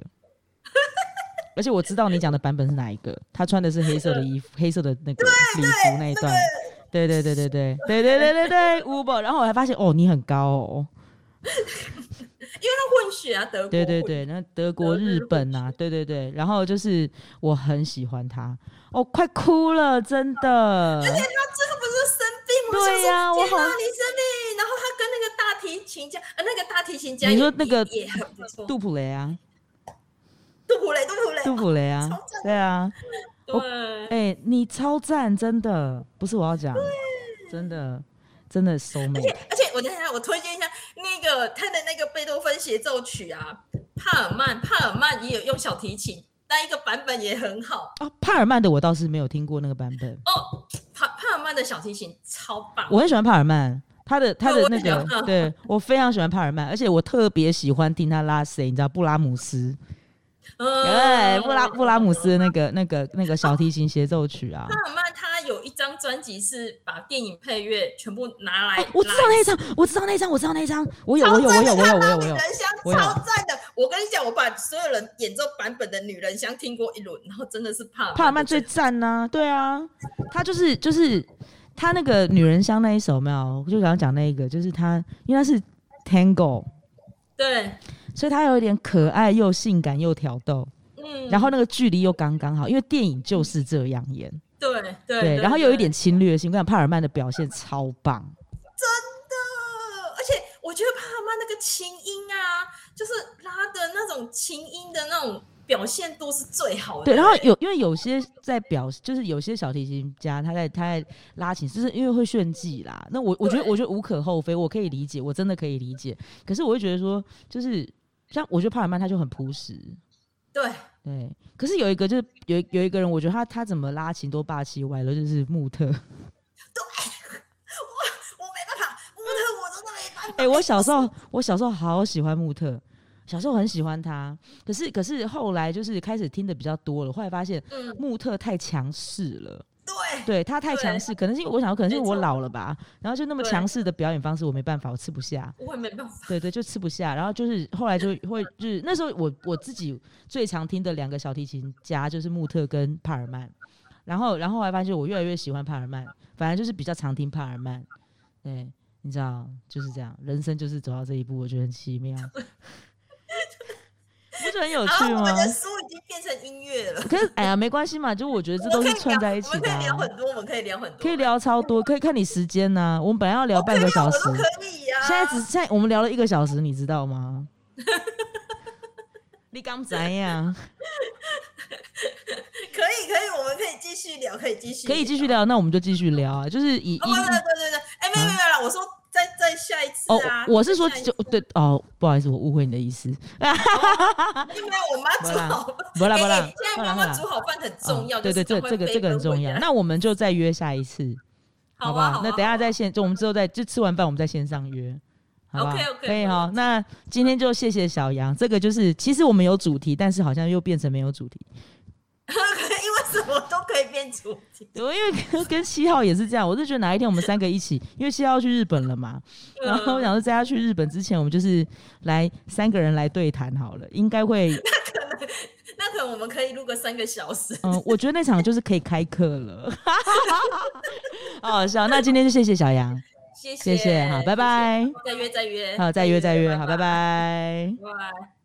而且我知道你讲的版本是哪一个，他穿的是黑色的衣服，黑色的那个
啊
礼服那一段。对对对对对对对对对对，乌伯。然后我还发现哦，你很高哦。
因为他混血啊，德国
对对
混
对，那德国、
日
日本啊，对对对。然后就是我很喜欢他，哦，快哭了，真的。
他啊这个不是生病吗？
对呀
啊我
我
想说天哪
好
你生病，然后他跟那个大提琴家，呃，那个大提琴家也，
你说那个
也也很不错，
杜普雷啊，
杜普雷，杜普雷，
杜
哦
普雷啊
超赞，
对啊，我
对，
哎、你超赞，真的不是我要讲，真的真的收美
而且而且我等一下我推荐一下那个他的那个贝多芬协奏曲啊，帕尔曼，帕尔曼也有用小提琴，那一个版本也很好
哦。帕尔曼的我倒是没有听过那个版本，
哦，帕帕尔曼的小提琴超棒，
我很喜欢帕尔曼，他的他的
啊哦我
那
也喜
个
欢帕尔，曼
对我非常喜欢帕尔曼，而且我特别喜欢听他拉谁，你知道布拉姆斯，
嗯
对，布拉布拉姆斯的那个那个那个小提琴协奏曲 啊。
帕尔曼他有一张专辑是把电影配乐全部拿来，
哎我知道
拉一
那一张，我知道那一张，我知道那一张，我有，
超
我有，我
赞
有，
的
我有，我
他
有，
帮
我有
女。人香
我有
超赞的，我跟你讲，我把所有人演奏版本的《女人香》听过一轮，然后真的是帕尔
帕尔曼
的
最赞呐、对啊，他就是就是他那个女人香那一首有没有，我就想要讲那一个，就是他因为他是 Tango，
对，
所以他有一点可爱又性感又挑逗，
嗯，
然后那个距离又刚刚好，因为电影就是这样演，
对对
对，然后又有一点侵略性，我跟你讲帕尔曼的表现超棒，
的，呃而且我觉得帕尔曼那个琴音啊，就是拉的那种琴音的那种表现度是最好的。
对，然后有因为有些在表，就是有些小提琴家他在他在拉琴，就是因为会炫技啦。那我我觉得
对
我觉得无可厚非，我可以理解，我真的可以理解。可是我会觉得说，就是像我觉得帕尔曼他就很朴实，
对，
对。可是有一个就是有一有一个人，我觉得他他怎么拉琴都霸气歪了，就是穆特。
我没办法，我的我真的没办法。
哎、我小时候，我小时候好喜欢穆特，小时候很喜欢他。可是，可是后来就是开始听的比较多了，后来发现
嗯，
穆特太强势了。
对
对他太强
对
势，可能是因为我想，可能是因为我
没错
老了吧，然后就那么
对
强势的表演方式，我没办法，我吃不下。
我也没办法。
对对，就吃不下。然后就是后来就 会，就是那时候我我自己最常听的两个小提琴家就是穆特跟帕尔曼，然后然后后来发现我越来越喜欢帕尔曼，反正就是比较常听帕尔曼。对，你知道就是这样，人生就是走到这一步，我觉得很 奇妙，不是很有
然后
趣
啊我
吗
们？的书已经变成音乐了，
可是哎呀，没关系嘛，就我觉得这
我
都
们可
是
以
串
聊
在一起
我们可
的、
以聊
啊。
很多，我们可以聊很多，
可以聊超多，可以看你时间呐、我们本来要聊半个小时
我，都可以呀、啊。
现在只现在我们聊了一个小时，你知 道
啊
吗？你刚怎样？
可以，我们可以继续聊，可以继续，
可以继续。聊，那我们就继续聊啊，就是以
哦，不对对
一
对对，哎，没有没有没有，我说再再下一次
哦
啊。，
我是说
再下一
就对哦，不好意思，我误会你的意思， 啊
因为我妈煮好饭，
不啦不
哎
啦，
哎现
不
在妈
啦不
妈
啦
煮，好饭很重要，
哦对对，
就
这
是
个
赶快
这个
飞
这个
奔
很
回
重要。
家
那我们就再约下一次，
好
好不
啊
好？那等一下在线，就我们之后再，就吃完饭我们在线上约，好不好
OK，OK，
可以
没
哈
问。
那今天就谢谢小杨，这个就是其实我们有主题，但是好像又变成没有主题。
啊 因为什么都可以变主题。
对，因为跟跟七号也是这样，我是觉得哪一天我们三个一起，因为七号去日本了嘛，
嗯
然后我想说在他去日本之前，我们就是来三个人来对谈好了，应该会，
那可能我们可以录个三个小时。
嗯、我觉得那场就是可以开课了， 好好笑。那今天就谢谢小杨，
谢
谢谢，好，拜，拜，
再约再约，
好，再约再约，好，
拜
拜拜
拜。